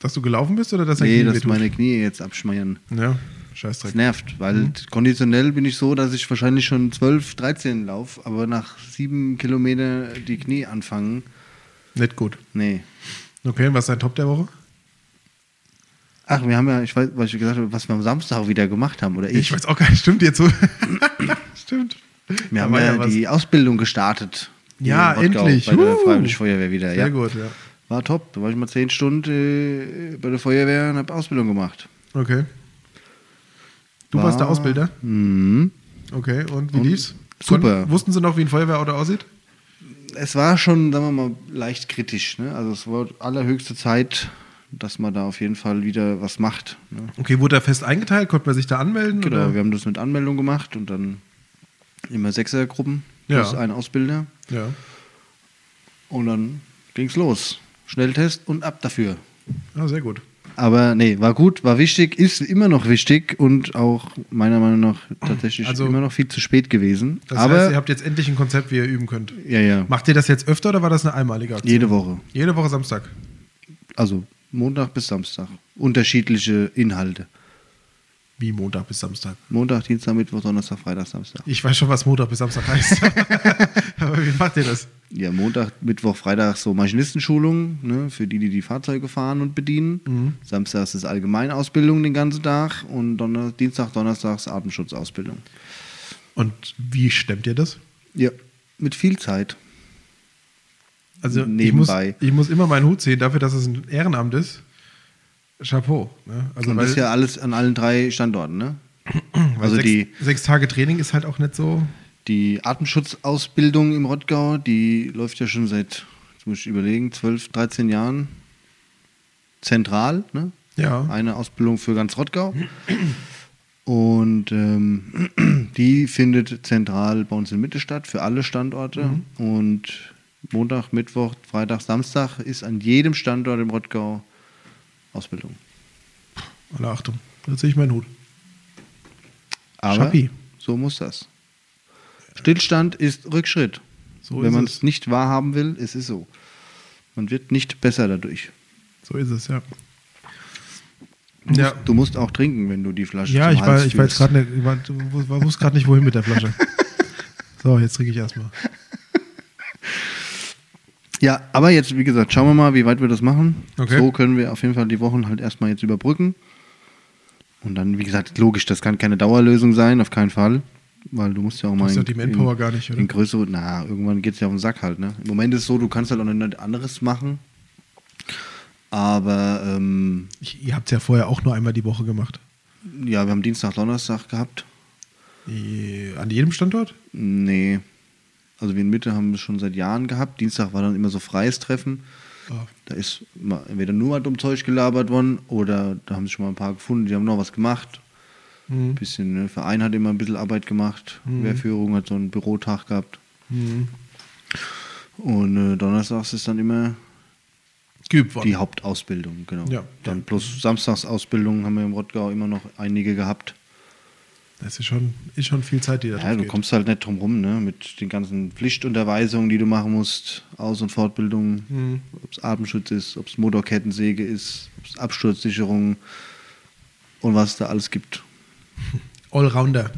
B: Dass du gelaufen bist oder dass dein
A: nee,
B: Knie
A: dass
B: wehtut?
A: meine Knie jetzt abschmeiern.
B: Ja, Scheißdreck.
A: Das nervt, weil
B: Mhm.
A: konditionell bin ich so, dass ich wahrscheinlich schon 12, 13 laufe, aber nach sieben Kilometer die Knie anfangen.
B: Nicht gut.
A: Nee.
B: Okay, und was ist dein Top der Woche?
A: Ach, wir haben ja, ich weiß, was ich gesagt habe, was wir am Samstag wieder gemacht haben, oder ich.
B: Ich weiß auch gar nicht, stimmt jetzt so. stimmt.
A: wir
B: Da
A: haben
B: war
A: ja,
B: was.
A: die Ausbildung gestartet. hier
B: Ja,
A: in Rottgau
B: endlich.
A: Bei der
B: Juhu.
A: Freiwillig Feuerwehr wieder,
B: Sehr
A: ja.
B: gut, ja.
A: War top. Da war ich mal zehn Stunden äh, bei der Feuerwehr und habe Ausbildung gemacht.
B: Okay. Du warst der Ausbilder?
A: Mhm.
B: Okay, und wie lief's?
A: super.
B: Kon- wussten sie noch, wie ein Feuerwehrauto aussieht?
A: es war schon, sagen wir mal, leicht kritisch. Ne? Also es war allerhöchste Zeit, dass man da auf jeden Fall wieder was macht. Ne?
B: Okay, wurde da fest eingeteilt? Konnte man sich da anmelden?
A: Genau, wir
B: Oder?
A: haben das mit Anmeldung gemacht und dann immer Sechsergruppen plus
B: Ja.
A: ein Ausbilder.
B: Ja.
A: Und dann ging's los. Schnelltest und ab dafür.
B: Ah, sehr gut.
A: Aber nee, war gut, war wichtig, ist immer noch wichtig und auch meiner Meinung nach tatsächlich
B: Also-
A: immer noch viel zu spät gewesen.
B: Das
A: Aber
B: heißt, ihr habt jetzt endlich ein Konzept, wie ihr üben könnt.
A: ja, ja,
B: Macht ihr das jetzt öfter oder war das eine einmalige Aktion?
A: jede Woche.
B: Jede Woche Samstag.
A: Also Montag bis Samstag. Unterschiedliche Inhalte.
B: Wie Montag bis Samstag.
A: Montag, Dienstag, Mittwoch, Donnerstag, Freitag, Samstag.
B: Ich weiß schon, was Montag bis Samstag heißt. Aber wie macht ihr das?
A: Ja, Montag, Mittwoch, Freitag so Maschinistenschulung, ne, für die, die die Fahrzeuge fahren und bedienen.
B: Mhm.
A: Samstags ist Allgemeinausbildung den ganzen Tag und Donner Dienstag, Donnerstags Atemschutzausbildung.
B: Und wie stemmt ihr das?
A: Ja, mit viel Zeit.
B: Also
A: Nebenbei.
B: Ich muss, ich muss immer meinen Hut ziehen dafür, dass es ein Ehrenamt ist. Chapeau. Ne? Also
A: und
B: weil,
A: das ist ja alles an allen drei Standorten, ne? Also
B: sechs,
A: die,
B: sechs Tage Training ist halt auch nicht so.
A: die Atemschutzausbildung im Rottgau, die läuft ja schon seit, jetzt muss ich überlegen, 12, 13 Jahren zentral, ne?
B: Ja.
A: eine Ausbildung für ganz Rottgau. Und ähm, die findet zentral bei uns in Mitte statt, für alle Standorte. Und Montag, Mittwoch, Freitag, Samstag ist an jedem Standort im Rottgau Ausbildung.
B: Alle Achtung. Da ziehe ich meinen Hut.
A: Aber
B: Schappi.
A: so muss das. Stillstand ist Rückschritt.
B: So
A: Wenn
B: ist
A: man
B: es.
A: es nicht wahrhaben will, es ist so. Man wird nicht besser dadurch.
B: So ist es, ja.
A: Du
B: Ja,
A: musst, du musst auch trinken, wenn du die Flasche
B: ja
A: zum
B: ich, war,
A: Hals
B: ich war jetzt
A: führst.
B: gerade nicht, ich war, ich war- wusste gerade nicht, wohin mit der Flasche. So, jetzt trinke ich erstmal.
A: Ja, aber jetzt, wie gesagt, schauen wir mal, wie weit wir das machen.
B: Okay.
A: So können wir auf jeden Fall die Wochen halt erstmal jetzt überbrücken. Und dann, wie gesagt, logisch, das kann keine Dauerlösung sein, auf keinen Fall. Weil du musst ja auch mal.
B: hast
A: in-
B: ja die Manpower
A: in,
B: gar nicht, oder?
A: In größere, na, irgendwann geht es ja auf den Sack halt, ne? Im Moment ist es so, du kannst halt auch noch nicht anderes machen. Aber, ähm,
B: Ich, ihr habt es ja vorher auch nur einmal die Woche gemacht.
A: ja, wir haben Dienstag, Donnerstag gehabt.
B: Die- Äh, An jedem Standort?
A: Nee. Also wir in Mitte haben es schon seit Jahren gehabt. Dienstag war dann immer so freies Treffen.
B: Ah.
A: Da ist mal entweder nur mal dumm Zeug gelabert worden oder da haben sich schon mal ein paar gefunden, die haben noch was gemacht.
B: Mhm.
A: bisschen, ne? Verein hat immer ein bisschen Arbeit gemacht. Wehrführung hat so einen Bürotag gehabt.
B: Mhm.
A: Und äh, donnerstags ist dann immer
B: Geübt worden.
A: die Hauptausbildung, genau.
B: Ja.
A: Dann plus Samstagsausbildung haben wir im Rottgau immer noch einige gehabt.
B: Das ist schon, ist schon viel Zeit, die da
A: Ja,
B: drauf
A: du
B: geht.
A: kommst halt nicht drum rum, ne? Mit den ganzen Pflichtunterweisungen, die du machen musst, Aus- und Fortbildung,
B: Mhm.
A: ob es Abendschutz ist, ob es Motorkettensäge ist, ob es Absturzsicherung und was es da alles gibt.
B: Allrounder.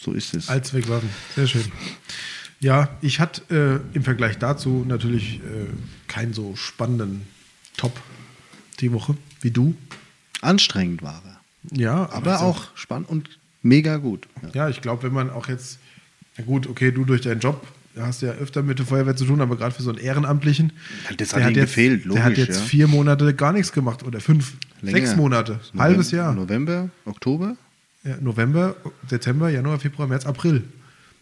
A: So ist es.
B: Allzweckwaffen. Sehr schön. Ja, ich hatte äh, im Vergleich dazu natürlich äh, keinen so spannenden Top die Woche wie du.
A: Anstrengend war er.
B: Ja,
A: Aber
B: so-
A: auch spannend und mega gut. Ja.
B: Ja, ich glaube, wenn man auch jetzt, na gut, okay, du durch deinen Job hast ja öfter mit der Feuerwehr zu tun, aber gerade für so einen Ehrenamtlichen,
A: Ja, das hat ihm gefehlt,
B: der hat
A: logisch,
B: jetzt
A: ja.
B: vier Monate gar nichts gemacht oder fünf,
A: Länger.
B: sechs Monate,
A: November-
B: halbes Jahr.
A: November, Oktober.
B: Ja, November, Dezember, Januar, Februar, März, April.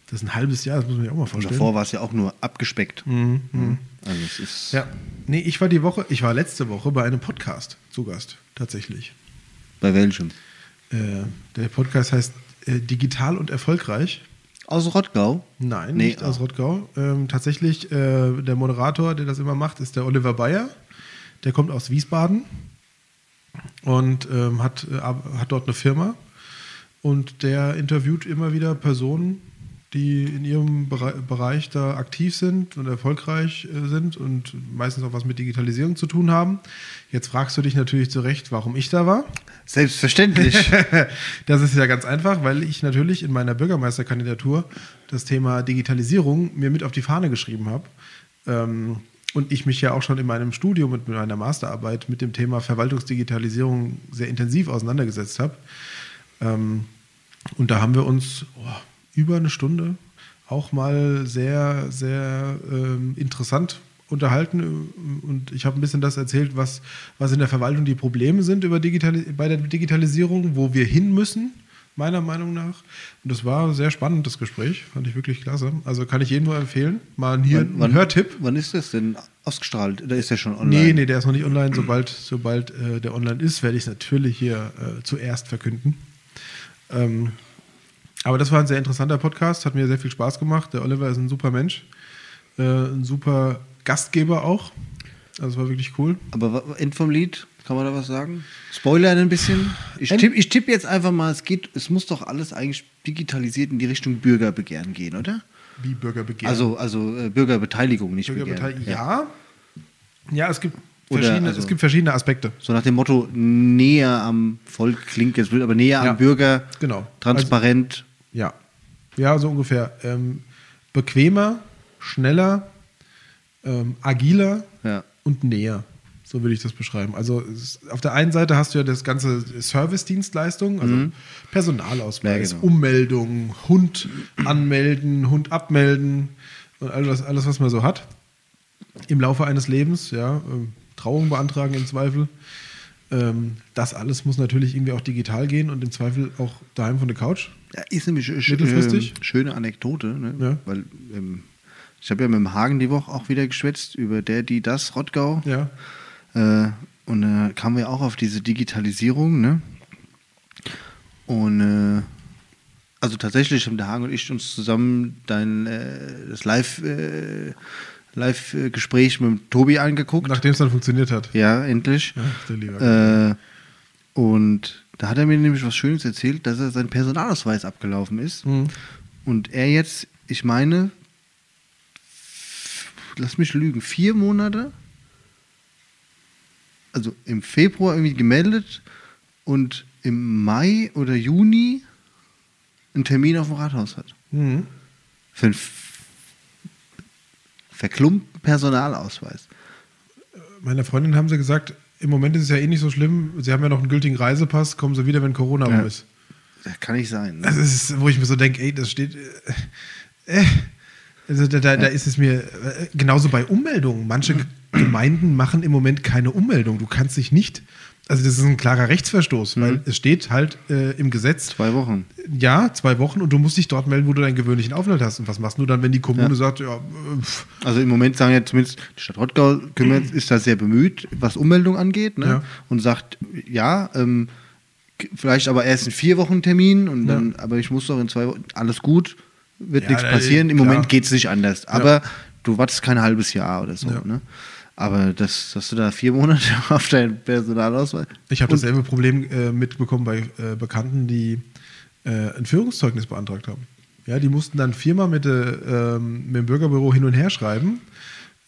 B: Das ist ein halbes Jahr, das muss man sich auch mal
A: Und
B: vorstellen.
A: davor war es ja auch nur abgespeckt. Also es ist
B: Hm, Ja, nee, ich war die Woche, ich war letzte Woche bei einem Podcast zu Gast, tatsächlich.
A: bei welchem?
B: Äh, der Podcast heißt äh, Digital und Erfolgreich.
A: Aus Rottgau?
B: Nein,
A: Nee,
B: nicht aus
A: ah.
B: Rottgau. Ähm, tatsächlich, äh, der Moderator, der das immer macht, ist der Oliver Bayer. Der kommt aus Wiesbaden und ähm, hat, äh, ab- hat dort eine Firma Und der interviewt immer wieder Personen, die in ihrem Bere Bereich da aktiv sind und erfolgreich äh, sind und meistens auch was mit Digitalisierung zu tun haben. Jetzt fragst du dich natürlich zu Recht, warum ich da war.
A: Selbstverständlich.
B: das ist ja ganz einfach, weil ich natürlich in meiner Bürgermeisterkandidatur das Thema Digitalisierung mir mit auf die Fahne geschrieben habe. Ähm, und ich mich ja auch schon in meinem Studium und mit meiner Masterarbeit mit dem Thema Verwaltungsdigitalisierung sehr intensiv auseinandergesetzt habe. Ähm, und da haben wir uns oh, über eine Stunde auch mal sehr, sehr ähm, interessant unterhalten und ich habe ein bisschen das erzählt, was, was in der Verwaltung die Probleme sind über Digitali bei der Digitalisierung, wo wir hin müssen, meiner Meinung nach. Und das war ein sehr spannend, das Gespräch. Fand ich wirklich klasse. Also kann ich jedem nur empfehlen. Mal hier
A: wann, wann,
B: einen Hörtipp.
A: Wann ist das denn ausgestrahlt? Oder ist der schon online?
B: Nee, nee, der ist noch nicht online. Sobald, sobald äh, der online ist, werde ich es natürlich hier äh, zuerst verkünden. Ähm, aber das war ein sehr interessanter Podcast, hat mir sehr viel Spaß gemacht. Der Oliver ist ein super Mensch, äh, ein super Gastgeber auch. Also es war wirklich cool.
A: Aber wa- End vom Lied, kann man da was sagen? Spoilern ein bisschen. Ich
B: End-
A: tippe ich tipp jetzt einfach mal, es geht, es muss doch alles eigentlich digitalisiert in die Richtung Bürgerbegehren gehen, oder?
B: Wie Bürgerbegehren.
A: Also, also äh, Bürgerbeteiligung, nicht
B: Bürgerbeteiligung.
A: Begehren.
B: Ja. ja, es gibt
A: Oder
B: verschiedene,
A: also-
B: es gibt verschiedene Aspekte.
A: So nach dem Motto, näher am Volk klingt jetzt blöd, aber näher
B: Ja,
A: am Bürger,
B: genau.
A: transparent.
B: Ja. Ja, so ungefähr. Ähm, bequemer, schneller, ähm, agiler
A: Ja.
B: und näher. So würde ich das beschreiben. Also es, auf der einen Seite hast du ja das ganze Service-Dienstleistung, also Personalausweis,
A: Mhm. Ja, genau.
B: Ummeldung, Hund anmelden, Hund abmelden und alles, alles, was man so hat. Im Laufe eines Lebens, ja, ähm, Trauung beantragen im Zweifel. Ähm, das alles muss natürlich irgendwie auch digital gehen und im Zweifel auch daheim von der Couch.
A: Ja, ist nämlich sch-
B: Mittelfristig?
A: ähm, schöne Anekdote, ne?
B: Ja.
A: weil ähm, ich habe ja mit dem Hagen die Woche auch wieder geschwätzt über der, die, das, Rottgau.
B: Ja.
A: Äh, und da kamen wir auch auf diese Digitalisierung, ne? Und äh, also tatsächlich haben der Hagen und ich uns zusammen dein äh, das Live äh, Live äh, Gespräch mit dem Tobi angeguckt.
B: Nachdem es dann funktioniert hat.
A: Ja, endlich.
B: Ach, der liebe
A: Äh, und da hat er mir nämlich was Schönes erzählt, dass er sein Personalausweis abgelaufen ist.
B: Mhm.
A: Und er jetzt, ich meine, lass mich lügen, vier Monate, also im Februar irgendwie gemeldet und im Mai oder Juni einen Termin auf dem Rathaus hat.
B: Mhm.
A: Für einen f- verklumpten Personalausweis.
B: Meiner Freundin haben sie gesagt, im Moment ist es ja eh nicht so schlimm. Sie haben ja noch einen gültigen Reisepass, kommen sie wieder, wenn Corona
A: Ja.
B: rum ist.
A: Das kann nicht sein. Ne?
B: Das ist, wo ich mir so denke, ey, das steht. Äh, äh, also da, da, da ist es mir. Äh, genauso bei Ummeldungen. Manche
A: Mhm.
B: G- Gemeinden machen im Moment keine Ummeldung. Du kannst dich nicht. Also, das ist ein klarer Rechtsverstoß,
A: Mhm.
B: weil es steht halt äh, im Gesetz,
A: Zwei Wochen.
B: ja, zwei Wochen und du musst dich dort melden, wo du deinen gewöhnlichen Aufenthalt hast. Und was machst du dann, wenn die Kommune
A: Ja.
B: sagt, ja, äh, pff,
A: Also im Moment sagen ja zumindest, die Stadt Rottgau kümmert, ist da sehr bemüht, was Ummeldung angeht, ne?
B: Ja.
A: und sagt, ja, ähm, k- vielleicht aber erst in vier Wochen Termin und dann, aber ich muss doch in zwei Wochen, alles gut, wird
B: Ja,
A: nichts
B: da-
A: passieren, im
B: klar.
A: Moment geht es nicht anders, aber du wartest kein halbes Jahr oder so.
B: Ja.
A: Ne? Aber das, dass du da vier Monate auf deinen Personalausweis,
B: Ich habe dasselbe Problem äh, mitbekommen bei äh, Bekannten, die äh, ein Führungszeugnis beantragt haben. Ja, die mussten dann viermal mit, der, ähm, mit dem Bürgerbüro hin und her schreiben.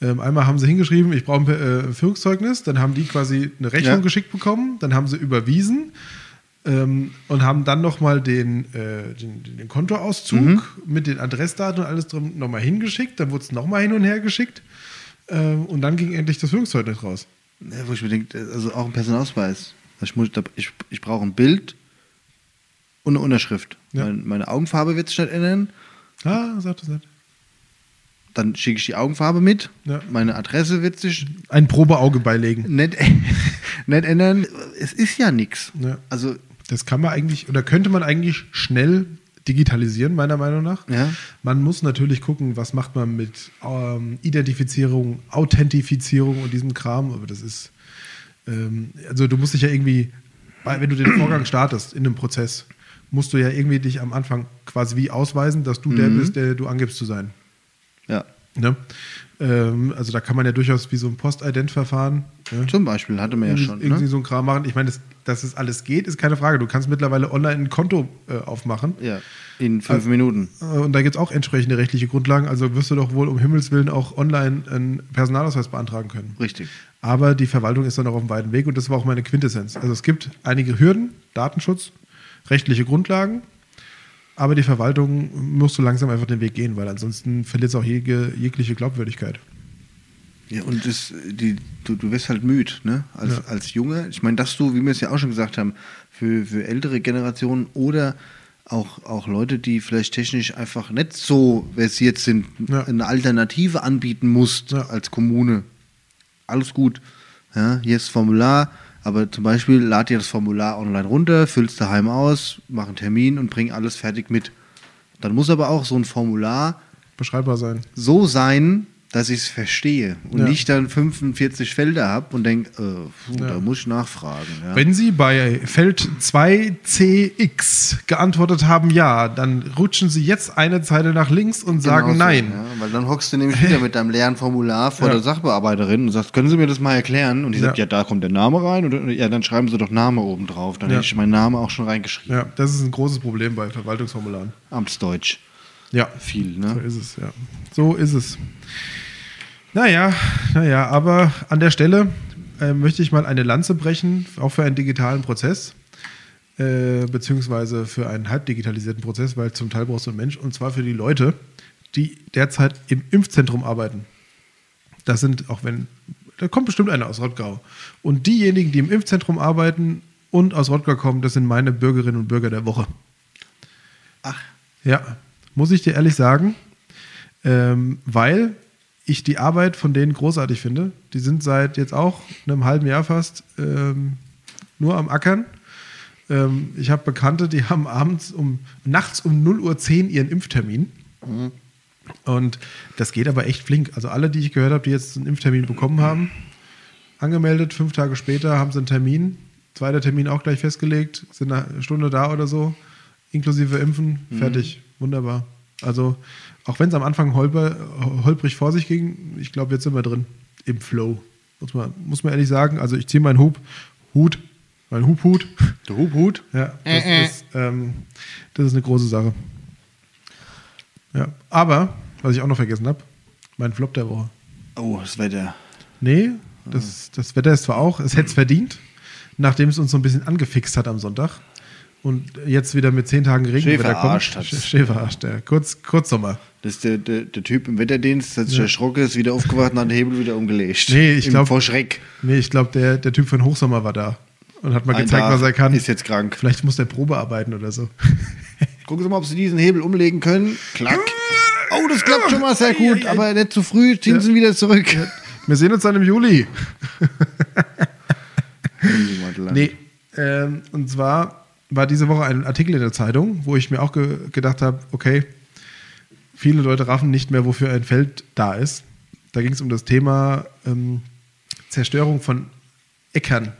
B: Ähm, einmal haben sie hingeschrieben, ich brauche ein äh, Führungszeugnis, dann haben die quasi eine Rechnung
A: Ja.
B: geschickt bekommen, dann haben sie überwiesen ähm, und haben dann nochmal den, äh, den, den Kontoauszug mit den Adressdaten und alles drin nochmal hingeschickt, dann wurde es nochmal hin und her geschickt ähm, und dann ging endlich das Führungszeugnis raus.
A: ne, wo ich mir denke, also auch ein Personalausweis, ich, muss, ich, ich brauche ein Bild und eine Unterschrift.
B: Ja.
A: Mein, meine Augenfarbe wird sich nicht ändern.
B: Ah, sagt das nicht.
A: dann schicke ich die Augenfarbe mit.
B: Ja.
A: Meine Adresse wird sich
B: Ein Probeauge beilegen.
A: nicht, nicht ändern. Es ist ja nichts.
B: Ja.
A: Also,
B: Das kann man eigentlich oder könnte man eigentlich schnell digitalisieren, meiner Meinung nach.
A: Ja.
B: Man muss natürlich gucken, was macht man mit ähm, Identifizierung, Authentifizierung und diesem Kram, aber das ist, ähm, also du musst dich ja irgendwie, weil wenn du den Vorgang startest in einem Prozess, musst du ja irgendwie dich am Anfang quasi wie ausweisen, dass du der bist, der du angibst zu sein.
A: ja.
B: Ne? Ähm, also da kann man ja durchaus wie so ein Postident-Verfahren ne?
A: Zum Beispiel hatte man ja schon.
B: irgendwie
A: Ne?
B: so ein Kram machen. Ich meine, das, dass es alles geht, ist keine Frage. Du kannst mittlerweile online ein Konto äh, aufmachen.
A: Ja, in fünf Minuten.
B: Äh, Und da gibt es auch entsprechende rechtliche Grundlagen. Also wirst du doch wohl um Himmels Willen auch online einen Personalausweis beantragen können.
A: Richtig.
B: Aber die Verwaltung ist dann auch auf dem weiten Weg und das war auch meine Quintessenz. Also es gibt einige Hürden, Datenschutz, rechtliche Grundlagen, aber die Verwaltung muss so langsam einfach den Weg gehen, weil ansonsten verliert es auch jege, jegliche Glaubwürdigkeit.
A: Ja, und das, die, du, du wirst halt müde, ne? Als,
B: Ja.
A: als Junge. Ich meine, dass du, wie wir es ja auch schon gesagt haben, für, für ältere Generationen oder auch, auch Leute, die vielleicht technisch einfach nicht so versiert sind,
B: Ja.
A: eine Alternative anbieten musst
B: Ja.
A: als Kommune. Alles gut. Ja, hier ist das Formular, aber zum Beispiel lad dir das Formular online runter, füllst daheim aus, mach einen Termin und bring alles fertig mit. Dann muss aber auch so ein Formular
B: Beschreibbar sein.
A: so sein, dass ich es verstehe und
B: Ja.
A: nicht dann 45 Felder habe und denke, äh, puh,
B: Ja.
A: da muss ich nachfragen. Ja.
B: Wenn Sie bei Feld 2CX geantwortet haben, ja, dann rutschen Sie jetzt eine Zeile nach links und sagen
A: Genau so,
B: nein.
A: Ja, weil dann hockst du nämlich wieder mit deinem leeren Formular vor
B: Ja.
A: der Sachbearbeiterin und sagst, können Sie mir das mal erklären? Und die sagt,
B: Ja.
A: ja, da kommt der Name rein. Und, ja, dann schreiben Sie doch Name oben drauf. Dann
B: Ja.
A: hätte ich meinen Namen auch schon reingeschrieben.
B: Ja. das ist ein großes Problem bei Verwaltungsformularen.
A: Amtsdeutsch.
B: Ja,
A: Viel,
B: so
A: ne?
B: ist es, ja. So ist es. Naja, naja, aber an der Stelle äh, möchte ich mal eine Lanze brechen, auch für einen digitalen Prozess, äh, beziehungsweise für einen halb digitalisierten Prozess, weil zum Teil brauchst du einen Mensch, und zwar für die Leute, die derzeit im Impfzentrum arbeiten. Das sind, auch wenn, da kommt bestimmt einer aus Rottgau. Und diejenigen, die im Impfzentrum arbeiten und aus Rottgau kommen, das sind meine Bürgerinnen und Bürger der Woche.
A: Ach,
B: Ja, muss ich dir ehrlich sagen, ähm, weil ich die Arbeit von denen großartig finde. Die sind seit jetzt auch einem halben Jahr fast ähm, nur am Ackern. Ähm, ich habe Bekannte, die haben abends um nachts um 0.10 Uhr ihren Impftermin. Und das geht aber echt flink. Also alle, die ich gehört habe, die jetzt einen Impftermin bekommen haben, angemeldet, fünf Tage später haben sie einen Termin, zweiter Termin auch gleich festgelegt, sind eine Stunde da oder so, inklusive Impfen,
A: Mhm.
B: fertig, wunderbar. Also auch wenn es am Anfang holper, holprig vor sich ging, ich glaube, jetzt sind wir drin, im Flow. Muss man, muss man ehrlich sagen, also ich ziehe meinen Hub, Hut, meinen Hub-Hut.
A: der Hub, Hut.
B: Ja, das, ist, ähm, das ist eine große Sache. Ja, aber, was ich auch noch vergessen habe, mein Flop der Woche.
A: Oh, das Wetter.
B: Nee,
A: Hm.
B: das, das Wetter ist zwar auch, es hätte es verdient, nachdem es uns so ein bisschen angefixt hat am Sonntag. Und jetzt wieder mit zehn Tagen Regenwetter
A: Schäfer
B: kommt.
A: verarscht hat's.
B: Sch- Schäfer verarscht, ja. Kurz, Kurzsommer.
A: Das ist der, der, der Typ im Wetterdienst, hat sich erschrocken, ist wieder aufgewacht und hat den Hebel wieder umgelegt.
B: Nee, ich
A: Im-
B: glaub-
A: Vor Schreck.
B: Nee, ich glaube, der, der Typ von Hochsommer war da und hat mal
A: Ein
B: gezeigt,
A: Tag
B: was er kann.
A: Ist jetzt krank.
B: Vielleicht muss der Probe arbeiten oder so.
A: Gucken Sie mal, ob Sie diesen Hebel umlegen können. Klack. Oh, das klappt schon mal sehr gut, aber nicht zu früh, ziehen Sie ihn wieder zurück.
B: Wir sehen uns dann im Juli.
A: Nee.
B: Nee, ähm, und zwar war diese Woche ein Artikel in der Zeitung, wo ich mir auch ge gedacht habe, okay, viele Leute raffen nicht mehr, wofür ein Feld da ist. Da ging es um das Thema ähm, Zerstörung von Äckern.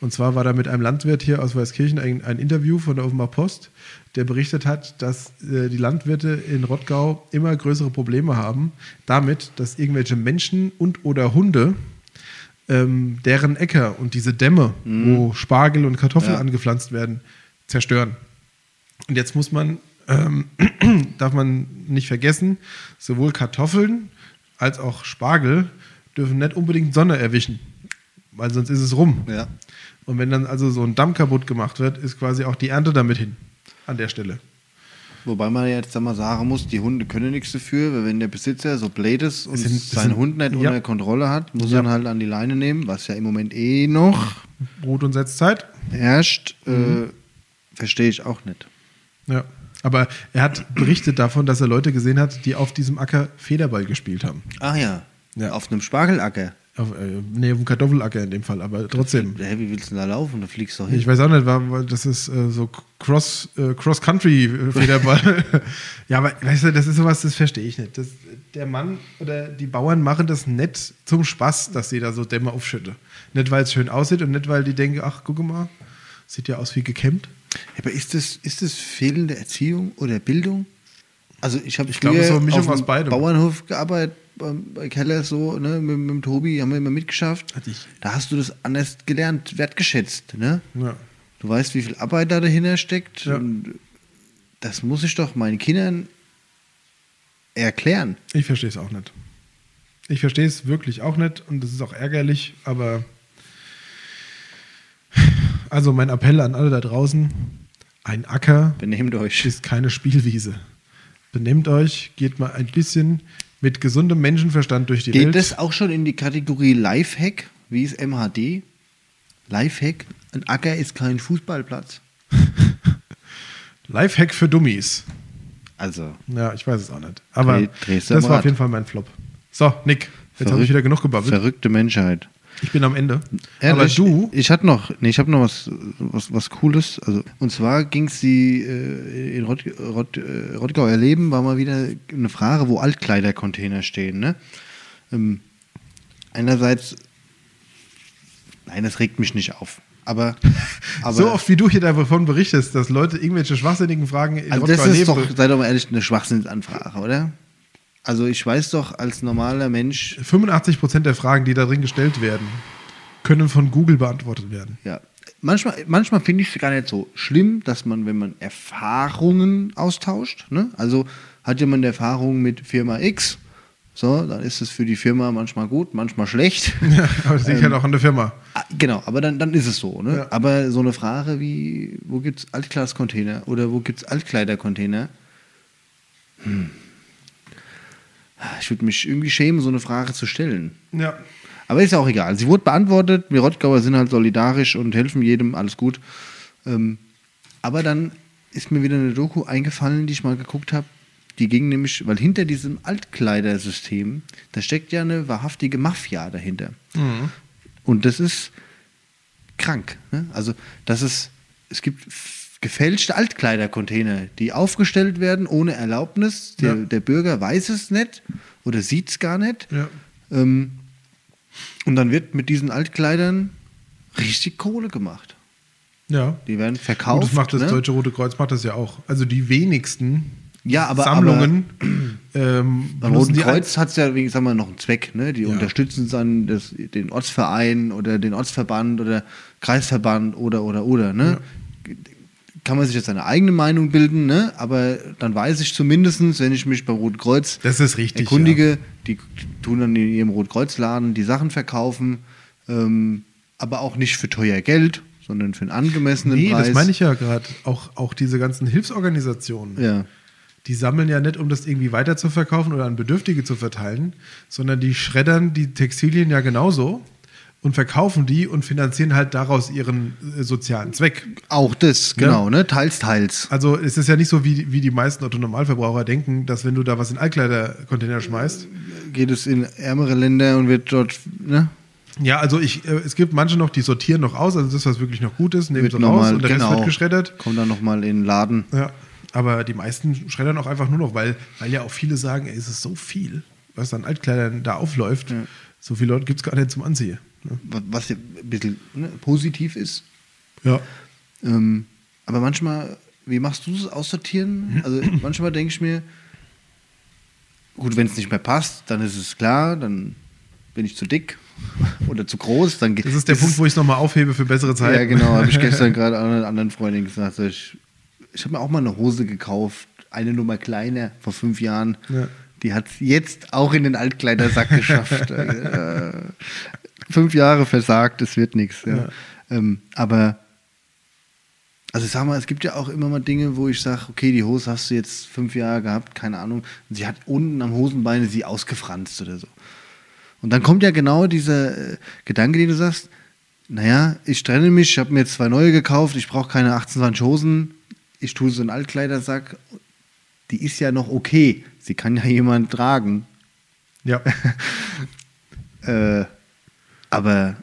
B: Und zwar war da mit einem Landwirt hier aus Weißkirchen ein, ein Interview von der Offenbar Post, der berichtet hat, dass äh, die Landwirte in Rottgau immer größere Probleme haben damit, dass irgendwelche Menschen und oder Hunde ähm, deren Äcker und diese Dämme, wo Spargel und Kartoffeln
A: Ja.
B: angepflanzt werden, zerstören. Und jetzt muss man, ähm, darf man nicht vergessen, sowohl Kartoffeln als auch Spargel dürfen nicht unbedingt Sonne erwischen, weil sonst ist es rum.
A: Ja.
B: Und wenn dann also so ein Damm kaputt gemacht wird, ist quasi auch die Ernte damit hin. An der Stelle.
A: Wobei man ja jetzt einmal sagen muss, die Hunde können nichts dafür, weil wenn der Besitzer so blöd ist und
B: Es sind- es
A: seinen
B: sind-
A: Hund nicht
B: ja.
A: unter Kontrolle hat, muss er ihn halt an die Leine nehmen, was ja im Moment eh noch
B: Brot und Setzzeit.
A: herrscht,
B: Mhm.
A: äh, verstehe ich auch nicht.
B: Ja. Aber er hat berichtet davon, dass er Leute gesehen hat, die auf diesem Acker Federball gespielt haben.
A: Ach ja,
B: Ja.
A: auf einem Spargelacker.
B: Auf, äh, nee, auf dem Kartoffelacker in dem Fall, aber trotzdem.
A: Hä, wie willst du denn da laufen? Da fliegst du doch hin.
B: Ich weiß auch nicht, war, war- das ist äh, so Cross, äh, Cross-Country-Federball. ja, aber weißt du, das ist sowas, das verstehe ich nicht. Das, der Mann oder die Bauern machen das nicht zum Spaß, dass sie da so Dämme aufschütten. Nicht, weil es schön aussieht und nicht, weil die denken, ach, guck mal, sieht ja aus wie gekämmt.
A: Aber ist das, ist das fehlende Erziehung oder Bildung? Also ich habe
B: Ich glaube, es ist so eine Mischung aus beidem.
A: Bauernhof gearbeitet, beim- bei Keller so, ne, mit, mit dem Tobi haben wir immer mitgeschafft.
B: Hatte ich.
A: Da hast du das anders gelernt, wertgeschätzt, ne?
B: Ja.
A: Du weißt, wie viel Arbeit da dahinter steckt.
B: Ja.
A: Und das muss ich doch meinen Kindern erklären.
B: Ich verstehe es auch nicht. Ich verstehe es wirklich auch nicht und das ist auch ärgerlich, aber also mein Appell an alle da draußen, ein Acker
A: Benehmt euch.
B: ist keine Spielwiese. Benehmt euch, geht mal ein bisschen mit gesundem Menschenverstand durch die
A: Geht
B: Welt.
A: das auch schon in die Kategorie Lifehack? Wie ist MHD? Lifehack? Ein Acker ist kein Fußballplatz.
B: Lifehack für Dummies.
A: Also,
B: Ja, ich weiß es auch nicht. Aber
A: Dreh- drehst du
B: das
A: am
B: war auf
A: Rad.
B: jeden Fall mein Flop. So, Nick, jetzt habe
A: Verrückt.
B: ich wieder genug gebabbelt.
A: verrückte Menschheit.
B: Ich bin am Ende.
A: Ehrlich,
B: aber du,
A: Ich, ich hatte noch, nee, ich habe noch was, was, was Cooles. Also, und zwar ging es die äh, in Rott, Rott, äh, Rottgau erleben, war mal wieder eine Frage, wo Altkleidercontainer stehen. Ne? Ähm, einerseits, nein, das regt mich nicht auf. Aber, aber
B: so oft wie du hier davon berichtest, dass Leute irgendwelche schwachsinnigen Fragen in
A: Also das
B: Rottgau
A: ist
B: leben-
A: doch, sei doch mal ehrlich, eine Schwachsinnsanfrage, oder? Also ich weiß doch als normaler Mensch,
B: 85% der Fragen, die da drin gestellt werden, können von Google beantwortet werden.
A: ja, manchmal, manchmal finde ich es gar nicht so schlimm, dass man, wenn man Erfahrungen austauscht, ne? also hat jemand Erfahrungen mit Firma X, so, dann ist es für die Firma manchmal gut, manchmal schlecht.
B: aber das liegt
A: Ähm.
B: halt auch an der Firma.
A: Ah, Genau, aber dann, dann ist es so. Ne?
B: Ja.
A: Aber so eine Frage wie, wo gibt es Altglascontainer oder wo gibt es Altkleidercontainer? Hm. Ah, Ich würde mich irgendwie schämen, so eine Frage zu stellen.
B: Ja.
A: Aber ist ja auch egal. Sie wurde beantwortet. Wir Rottgauer sind halt solidarisch und helfen jedem, alles gut. Ähm, aber dann ist mir wieder eine Doku eingefallen, die ich mal geguckt habe. Die ging nämlich, weil hinter diesem Altkleidersystem, da steckt ja eine wahrhaftige Mafia dahinter. Und das ist krank. Ne? Also, das ist, es gibt f- gefälschte Altkleidercontainer, die aufgestellt werden ohne Erlaubnis. Der,
B: Ja.
A: der Bürger weiß es nicht oder sieht es gar nicht.
B: Ja.
A: Ähm, und dann wird mit diesen Altkleidern richtig Kohle gemacht.
B: Ja.
A: Die werden verkauft.
B: Und das macht das
A: ne?
B: Deutsche Rote Kreuz macht das ja auch. Also die wenigsten
A: Ja, aber-
B: Sammlungen ähm,
A: Beim
B: benutzen
A: Roten
B: die
A: Kreuz hat es ja wegen, sagen wir, noch einen Zweck. Ne? Die
B: Ja.
A: unterstützen dann das, den Ortsverein oder den Ortsverband oder Kreisverband oder oder oder. Ne? Kann man sich jetzt seine eigene Meinung bilden, ne? aber dann weiß ich zumindestens, wenn ich mich beim Roten Kreuz
B: Das ist richtig,
A: erkundige, die tun dann in ihrem Rotkreuzladen die Sachen verkaufen, ähm, aber auch nicht für teuer Geld, sondern für einen angemessenen
B: Nee,
A: Preis.
B: das meine ich ja gerade. Auch, auch diese ganzen Hilfsorganisationen,
A: Ja.
B: die sammeln ja nicht, um das irgendwie weiter zu verkaufen oder an Bedürftige zu verteilen, sondern die schreddern die Textilien ja genauso und verkaufen die und finanzieren halt daraus ihren äh, sozialen Zweck.
A: Auch das, genau, ne? Teils, teils.
B: Also es ist ja nicht so, wie, wie die meisten Autonomalverbraucher denken, dass wenn du da was in Altkleidercontainer schmeißt.
A: Geht es in ärmere Länder und wird dort, ne?
B: Ja, also ich, äh, es gibt manche noch, die sortieren noch aus, also das, was wirklich noch gut ist, nehmen
A: Wird
B: sie
A: noch
B: raus
A: mal,
B: und der
A: genau,
B: Rest wird geschreddert.
A: Kommt dann nochmal in den Laden.
B: Ja, aber die meisten schreddern auch einfach nur noch, weil, weil ja auch viele sagen, ey, es ist so viel, was an Altkleidern da aufläuft. So viele Leute gibt es gar nicht zum Anziehen. ne?
A: wa- was ja ein bisschen ne, positiv ist.
B: Ja.
A: Ähm, aber manchmal, wie machst du das Aussortieren? Also manchmal denke ich mir, gut, wenn es nicht mehr passt, dann ist es klar, dann bin ich zu dick oder zu groß. Dann
B: Das ist der Punkt, wo ich es nochmal aufhebe für bessere Zeiten.
A: Ja, genau, habe ich gestern gerade an einer anderen Freundin gesagt. so, Ich, ich habe mir auch mal eine Hose gekauft, eine Nummer kleiner, vor fünf Jahren.
B: Ja.
A: Die hat es jetzt auch in den Altkleidersack geschafft. äh, fünf Jahre versagt, es wird nichts. Ja.
B: Ja.
A: Ähm, aber, also ich sag mal, es gibt ja auch immer mal Dinge, wo ich sage, okay, die Hose hast du jetzt fünf Jahre gehabt, keine Ahnung. Und sie hat unten am Hosenbein sie ausgefranst oder so. Und dann kommt ja genau dieser äh, Gedanke, den du sagst, naja, ich trenne mich, ich habe mir zwei neue gekauft, ich brauche keine 18, 20 Hosen, ich tue so einen Altkleidersack, die ist ja noch okay, sie kann ja jemand tragen.
B: Ja.
A: Äh, aber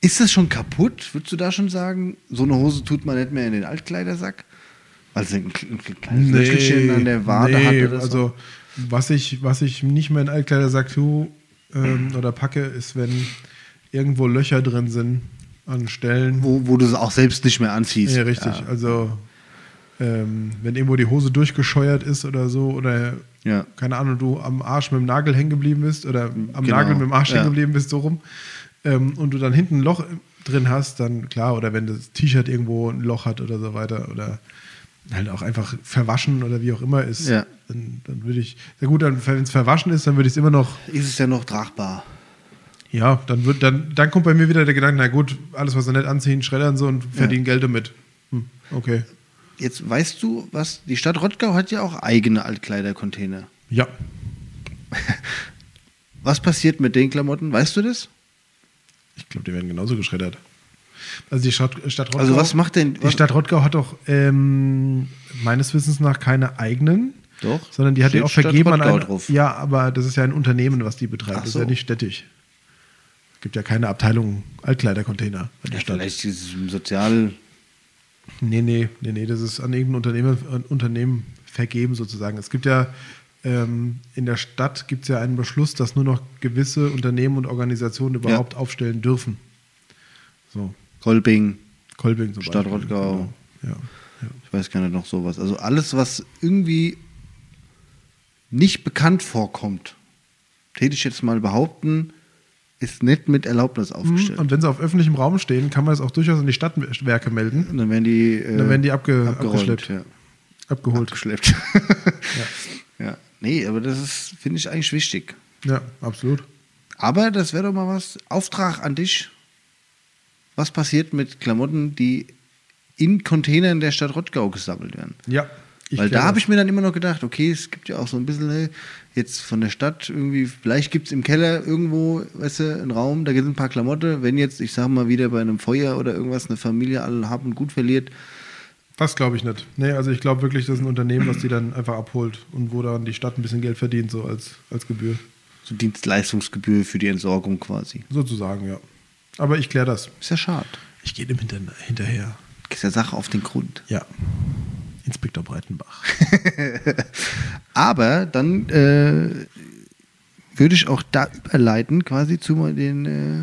A: ist das schon kaputt? Würdest du da schon sagen, so eine Hose tut man nicht mehr in den Altkleidersack? Weil sie ein, kle- ein kleines Löchelchen an der Wade hat oder so.
B: also was ich, was ich nicht mehr in Altkleidersack tue ähm, oder packe, ist, wenn irgendwo Löcher drin sind an Stellen.
A: Wo, wo du es auch selbst nicht mehr anziehst.
B: Ja, richtig.
A: Ja.
B: Also ähm, wenn irgendwo die Hose durchgescheuert ist oder so oder
A: Ja.
B: keine Ahnung, du am Arsch mit dem Nagel hängen geblieben bist oder am
A: Genau,
B: Nagel mit dem Arsch
A: ja.
B: hängen geblieben bist, so rum, ähm, und du dann hinten ein Loch drin hast, dann klar, oder wenn das T-Shirt irgendwo ein Loch hat oder so weiter, oder halt auch einfach verwaschen oder wie auch immer ist,
A: Ja.
B: dann, dann würde ich, na gut, dann, wenn es verwaschen ist, dann würde ich es immer noch,
A: Ist es ja noch tragbar.
B: ja, dann, wird, dann, dann kommt bei mir wieder der Gedanke, na gut, alles, was wir nicht anziehen, schreddern so und verdienen Geld damit. Hm, okay.
A: Jetzt weißt du, was die Stadt Rottgau hat ja auch eigene Altkleidercontainer.
B: Ja,
A: Was passiert mit den Klamotten? Weißt du das?
B: ich glaube, die werden genauso geschreddert. Also die Stadt, Stadt Rottgau.
A: Also was macht denn-
B: Die Stadt Rottgau hat doch ähm, meines Wissens nach keine eigenen.
A: Doch.
B: Sondern die hat ja
A: Steht
B: auch vergeben
A: Stadt
B: an
A: Rottgau
B: ein,
A: drauf.
B: Ja, aber das ist ja ein Unternehmen, was die betreibt.
A: Ach
B: Das ist
A: so.
B: ja nicht städtisch. Gibt ja keine Abteilung Altkleidercontainer bei der
A: Ja,
B: Stadt.
A: Vielleicht dieses Sozial.
B: Nee, nee, nee, nee, das ist an irgendein Unternehmen, an Unternehmen vergeben sozusagen. Es gibt ja ähm, in der Stadt gibt es ja einen Beschluss, dass nur noch gewisse Unternehmen und Organisationen überhaupt aufstellen dürfen. So,
A: Kolping,
B: Kolbing zum
A: Stadt
B: Beispiel.
A: Rottgau.
B: Genau. Ja,
A: ich weiß gar nicht noch sowas. Also alles, was irgendwie nicht bekannt vorkommt, täte ich jetzt mal behaupten, ist nicht mit Erlaubnis
B: ja.
A: aufgestellt.
B: Hm, Und wenn sie auf öffentlichem Raum stehen, kann man es auch durchaus an die Stadtwerke melden,
A: Und dann werden die, äh,
B: Dann werden die abge- abgeschleppt.
A: Ja.
B: abgeholt.
A: Geschleppt. ja. Nee, aber das ist, finde ich eigentlich wichtig.
B: ja, absolut.
A: Aber das wäre doch mal was. Auftrag an dich. Was passiert mit Klamotten, die in Containern der Stadt Rottgau gesammelt werden?
B: Ja.
A: Weil da
B: klär
A: habe
B: das.
A: ich mir dann immer noch gedacht, okay, es gibt ja auch so ein bisschen hey, jetzt von der Stadt irgendwie, vielleicht gibt es im Keller irgendwo, weißt du, einen Raum, da gibt es ein paar Klamotten. Wenn jetzt, ich sag mal, wieder bei einem Feuer oder irgendwas eine Familie alle haben gut verliert,
B: Das glaube ich nicht. Nee, also ich glaube wirklich, das ist ein Unternehmen, was die dann einfach abholt und wo dann die Stadt ein bisschen Geld verdient, so als, als Gebühr.
A: so Dienstleistungsgebühr für die Entsorgung quasi.
B: Sozusagen, ja. Aber ich kläre das.
A: Ist ja schade.
B: Ich gehe dem hinter, hinterher.
A: Ist ja Sache auf den Grund.
B: Ja. Inspektor Breitenbach.
A: Aber dann äh, würde ich auch da überleiten quasi zu den äh,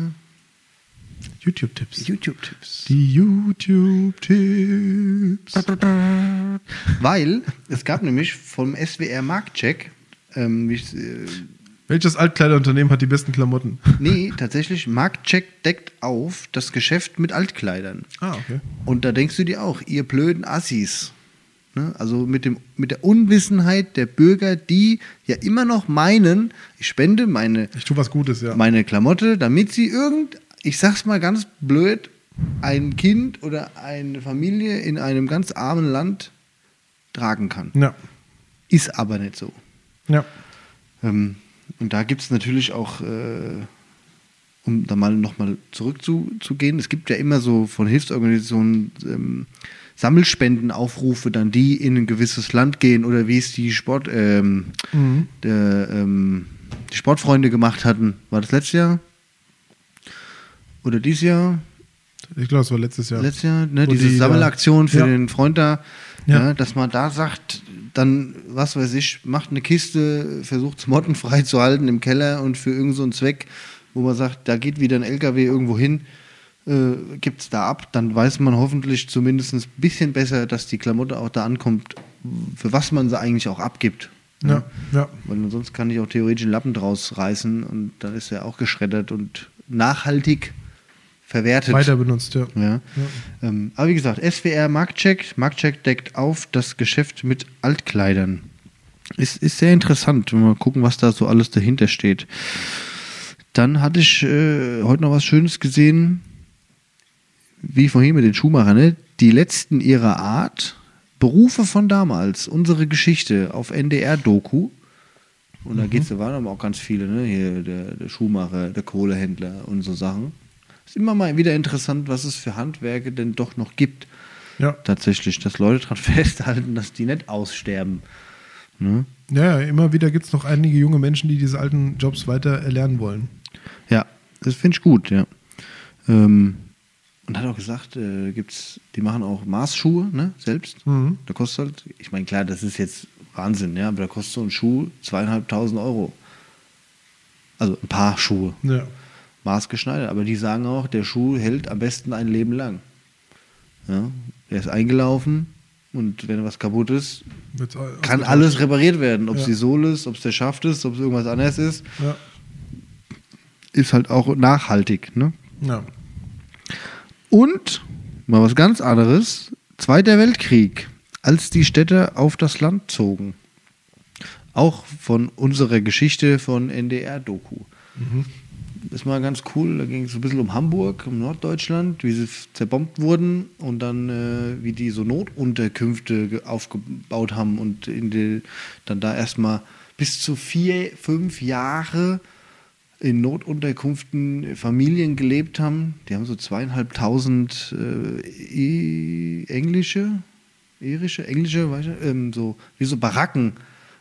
B: YouTube-Tipps.
A: YouTube-Tipps.
B: Die YouTube-Tipps.
A: Weil es gab nämlich vom SWR Marktcheck, ähm, wie ich, äh,
B: Welches Altkleiderunternehmen hat die besten Klamotten?
A: nee, tatsächlich, Marktcheck deckt auf das Geschäft mit Altkleidern.
B: Ah, okay.
A: Und da denkst du dir auch, ihr blöden Assis. Ne? Also mit, dem, mit der Unwissenheit der Bürger, die ja immer noch meinen, ich spende meine
B: Ich tue was Gutes, ja.
A: meine Klamotte, damit sie irgend, ich sag's mal ganz blöd, ein Kind oder eine Familie in einem ganz armen Land tragen kann.
B: ja.
A: Ist aber nicht so.
B: Ja.
A: Ähm, und da gibt's natürlich auch, äh, um da mal nochmal zurückzugehen, es gibt ja immer so von Hilfsorganisationen ähm, Sammelspendenaufrufe, dann die in ein gewisses Land gehen oder wie es die Sport, ähm, der, ähm, die Sportfreunde gemacht hatten. War das letztes Jahr? Oder dieses Jahr?
B: Ich glaube, es war letztes Jahr.
A: letztes Jahr, ne,
B: Wo
A: diese
B: die da-
A: Sammelaktion für
B: ja.
A: den Freund da,
B: Ja.
A: ja. dass man da sagt, dann, was weiß ich, macht eine Kiste, versucht es mottenfrei zu halten im Keller und für irgendeinen so einen Zweck, wo man sagt, da geht wieder ein LKW irgendwo hin, äh, gibt es da ab, dann weiß man hoffentlich zumindest ein bisschen besser, dass die Klamotte auch da ankommt, für was man sie eigentlich auch abgibt. ne.
B: Ja. Ja.
A: Weil ansonsten kann ich auch theoretisch einen Lappen draus reißen und dann ist er auch geschreddert und nachhaltig verwertet.
B: Weiter benutzt, ja.
A: Ja. Ähm, aber wie gesagt, SWR Marktcheck. Marktcheck deckt auf das Geschäft mit Altkleidern. Ist, ist sehr interessant, wenn wir mal gucken, was da so alles dahinter steht. Dann hatte ich äh, heute noch was Schönes gesehen, wie vorhin mit den Schuhmachern, ne? die letzten ihrer Art, Berufe von damals, unsere Geschichte auf NDR-Doku. Und da geht's, da waren aber auch ganz viele, ne? Hier der, der Schuhmacher, der Kohlehändler und so Sachen. Ist immer mal wieder interessant, was es für Handwerke denn doch noch gibt.
B: Ja.
A: Tatsächlich, dass Leute dran festhalten, dass die nicht aussterben. Ne?
B: Ja, ja, immer wieder gibt es noch einige junge Menschen, die diese alten Jobs weiter erlernen wollen.
A: Ja, das finde ich gut, ja. Ähm, und hat auch gesagt, äh, gibt's, die machen auch Maßschuhe, ne, selbst.
B: Mhm.
A: Da kostet halt, ich meine, klar, das ist jetzt Wahnsinn, ja, aber da kostet so ein Schuh zweieinhalbtausend Euro. Also ein paar Schuhe,
B: Ja.
A: maßgeschneidert. Aber die sagen auch, der Schuh hält am besten ein Leben lang. Ja, er ist eingelaufen, Und wenn was kaputt ist,
B: Wird's au-
A: kann
B: ausgetauscht.
A: alles repariert werden. Ob es
B: Ja.
A: die Sohle ist, ob es der Schaft ist, ob es irgendwas anderes ist.
B: Ja.
A: Ist halt auch nachhaltig. Ne?
B: ja.
A: Und mal was ganz anderes: Zweiter Weltkrieg, als die Städte auf das Land zogen. Auch von unserer Geschichte von NDR-Doku. Ist mal ganz cool. Da ging es ein bisschen um Hamburg, um Norddeutschland, wie sie f- zerbombt wurden und dann, äh, wie die so Notunterkünfte ge- aufgebaut haben und in die, dann da erstmal bis zu vier, fünf Jahre in Notunterkünften Familien gelebt haben. Die haben so zweieinhalbtausend äh, I- englische, irische, englische, weiß ich, ähm, so wie so Baracken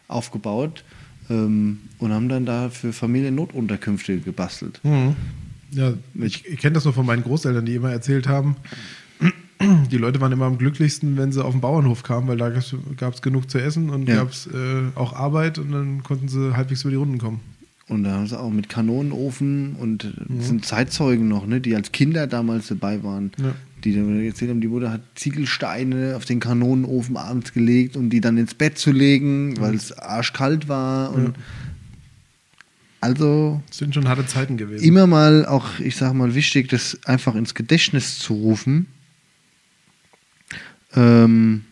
A: aufgebaut ähm, und haben dann da für Familien Notunterkünfte gebastelt.
B: Mhm. Ja, ich, ich kenne das nur von meinen Großeltern, die immer erzählt haben, die Leute waren immer am glücklichsten, wenn sie auf den Bauernhof kamen, weil da gab es genug zu essen und
A: Ja.
B: gab es äh, auch Arbeit und dann konnten sie halbwegs über die Runden kommen.
A: Und da haben sie auch mit Kanonenofen und
B: Mhm.
A: das sind Zeitzeugen noch, ne, die als Kinder damals dabei waren.
B: Ja.
A: Die dann erzählt haben, die Mutter hat Ziegelsteine auf den Kanonenofen abends gelegt, um die dann ins Bett zu legen, weil es arschkalt war. Und Also
B: Das sind schon harte Zeiten gewesen.
A: immer mal auch, ich sag mal, wichtig, das einfach ins Gedächtnis zu rufen. Ähm,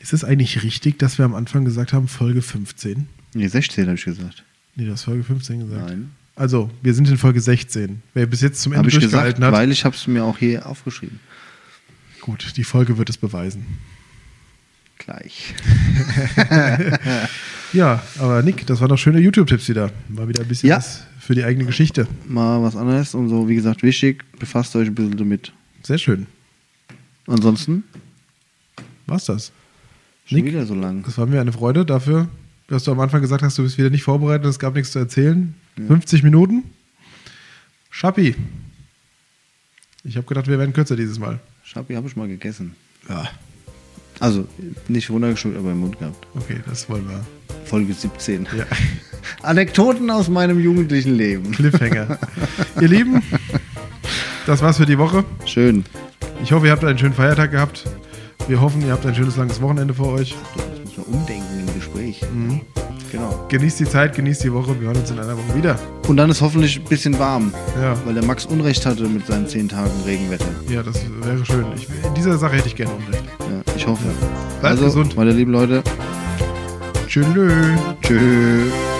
B: Ist es eigentlich richtig, dass wir am Anfang gesagt haben, Folge 15?
A: nee, 16 habe ich gesagt.
B: Nee, du hast Folge 15 gesagt.
A: Nein.
B: Also, wir sind in Folge 16. Wer bis jetzt zum Ende
A: Habe ich gesagt,
B: durchgehalten hat,
A: weil ich habe es mir auch hier aufgeschrieben.
B: gut, die Folge wird es beweisen.
A: Gleich.
B: Ja, aber Nick, das waren doch schöne YouTube-Tipps wieder. War wieder ein bisschen
A: Ja.
B: was für die eigene Geschichte.
A: mal was anderes und so, wie gesagt, wichtig, befasst euch ein bisschen damit.
B: Sehr schön.
A: Ansonsten
B: War's das?
A: schon
B: Nick?
A: wieder so lang.
B: Das war mir eine Freude dafür, dass du am Anfang gesagt hast, du bist wieder nicht vorbereitet, es gab nichts zu erzählen. 50 Minuten. Schappi. Ich habe gedacht, wir werden kürzer dieses Mal.
A: Schappi habe ich mal gegessen.
B: Ja.
A: Also, nicht runtergeschluckt, aber im Mund gehabt.
B: Okay, das wollen wir.
A: Folge 17.
B: Ja.
A: Anekdoten aus meinem jugendlichen Leben.
B: Cliffhanger. Ihr Lieben, das war's für die Woche.
A: Schön.
B: Ich hoffe, ihr habt einen schönen Feiertag gehabt. Wir hoffen, ihr habt ein schönes langes Wochenende vor euch.
A: Das muss man umdenken im Gespräch.
B: Mhm.
A: Genau.
B: Genießt die Zeit, genießt die Woche. Wir hören uns in einer Woche wieder.
A: Und dann ist hoffentlich ein bisschen warm,
B: Ja,
A: weil der Max Unrecht hatte mit seinen 10 Tagen Regenwetter.
B: ja das wäre schön. Ich, in dieser Sache hätte ich gerne Unrecht.
A: Ja, ich hoffe.
B: Bleibt
A: also,
B: gesund.
A: meine lieben Leute,
B: Tschüss.
A: tschüss.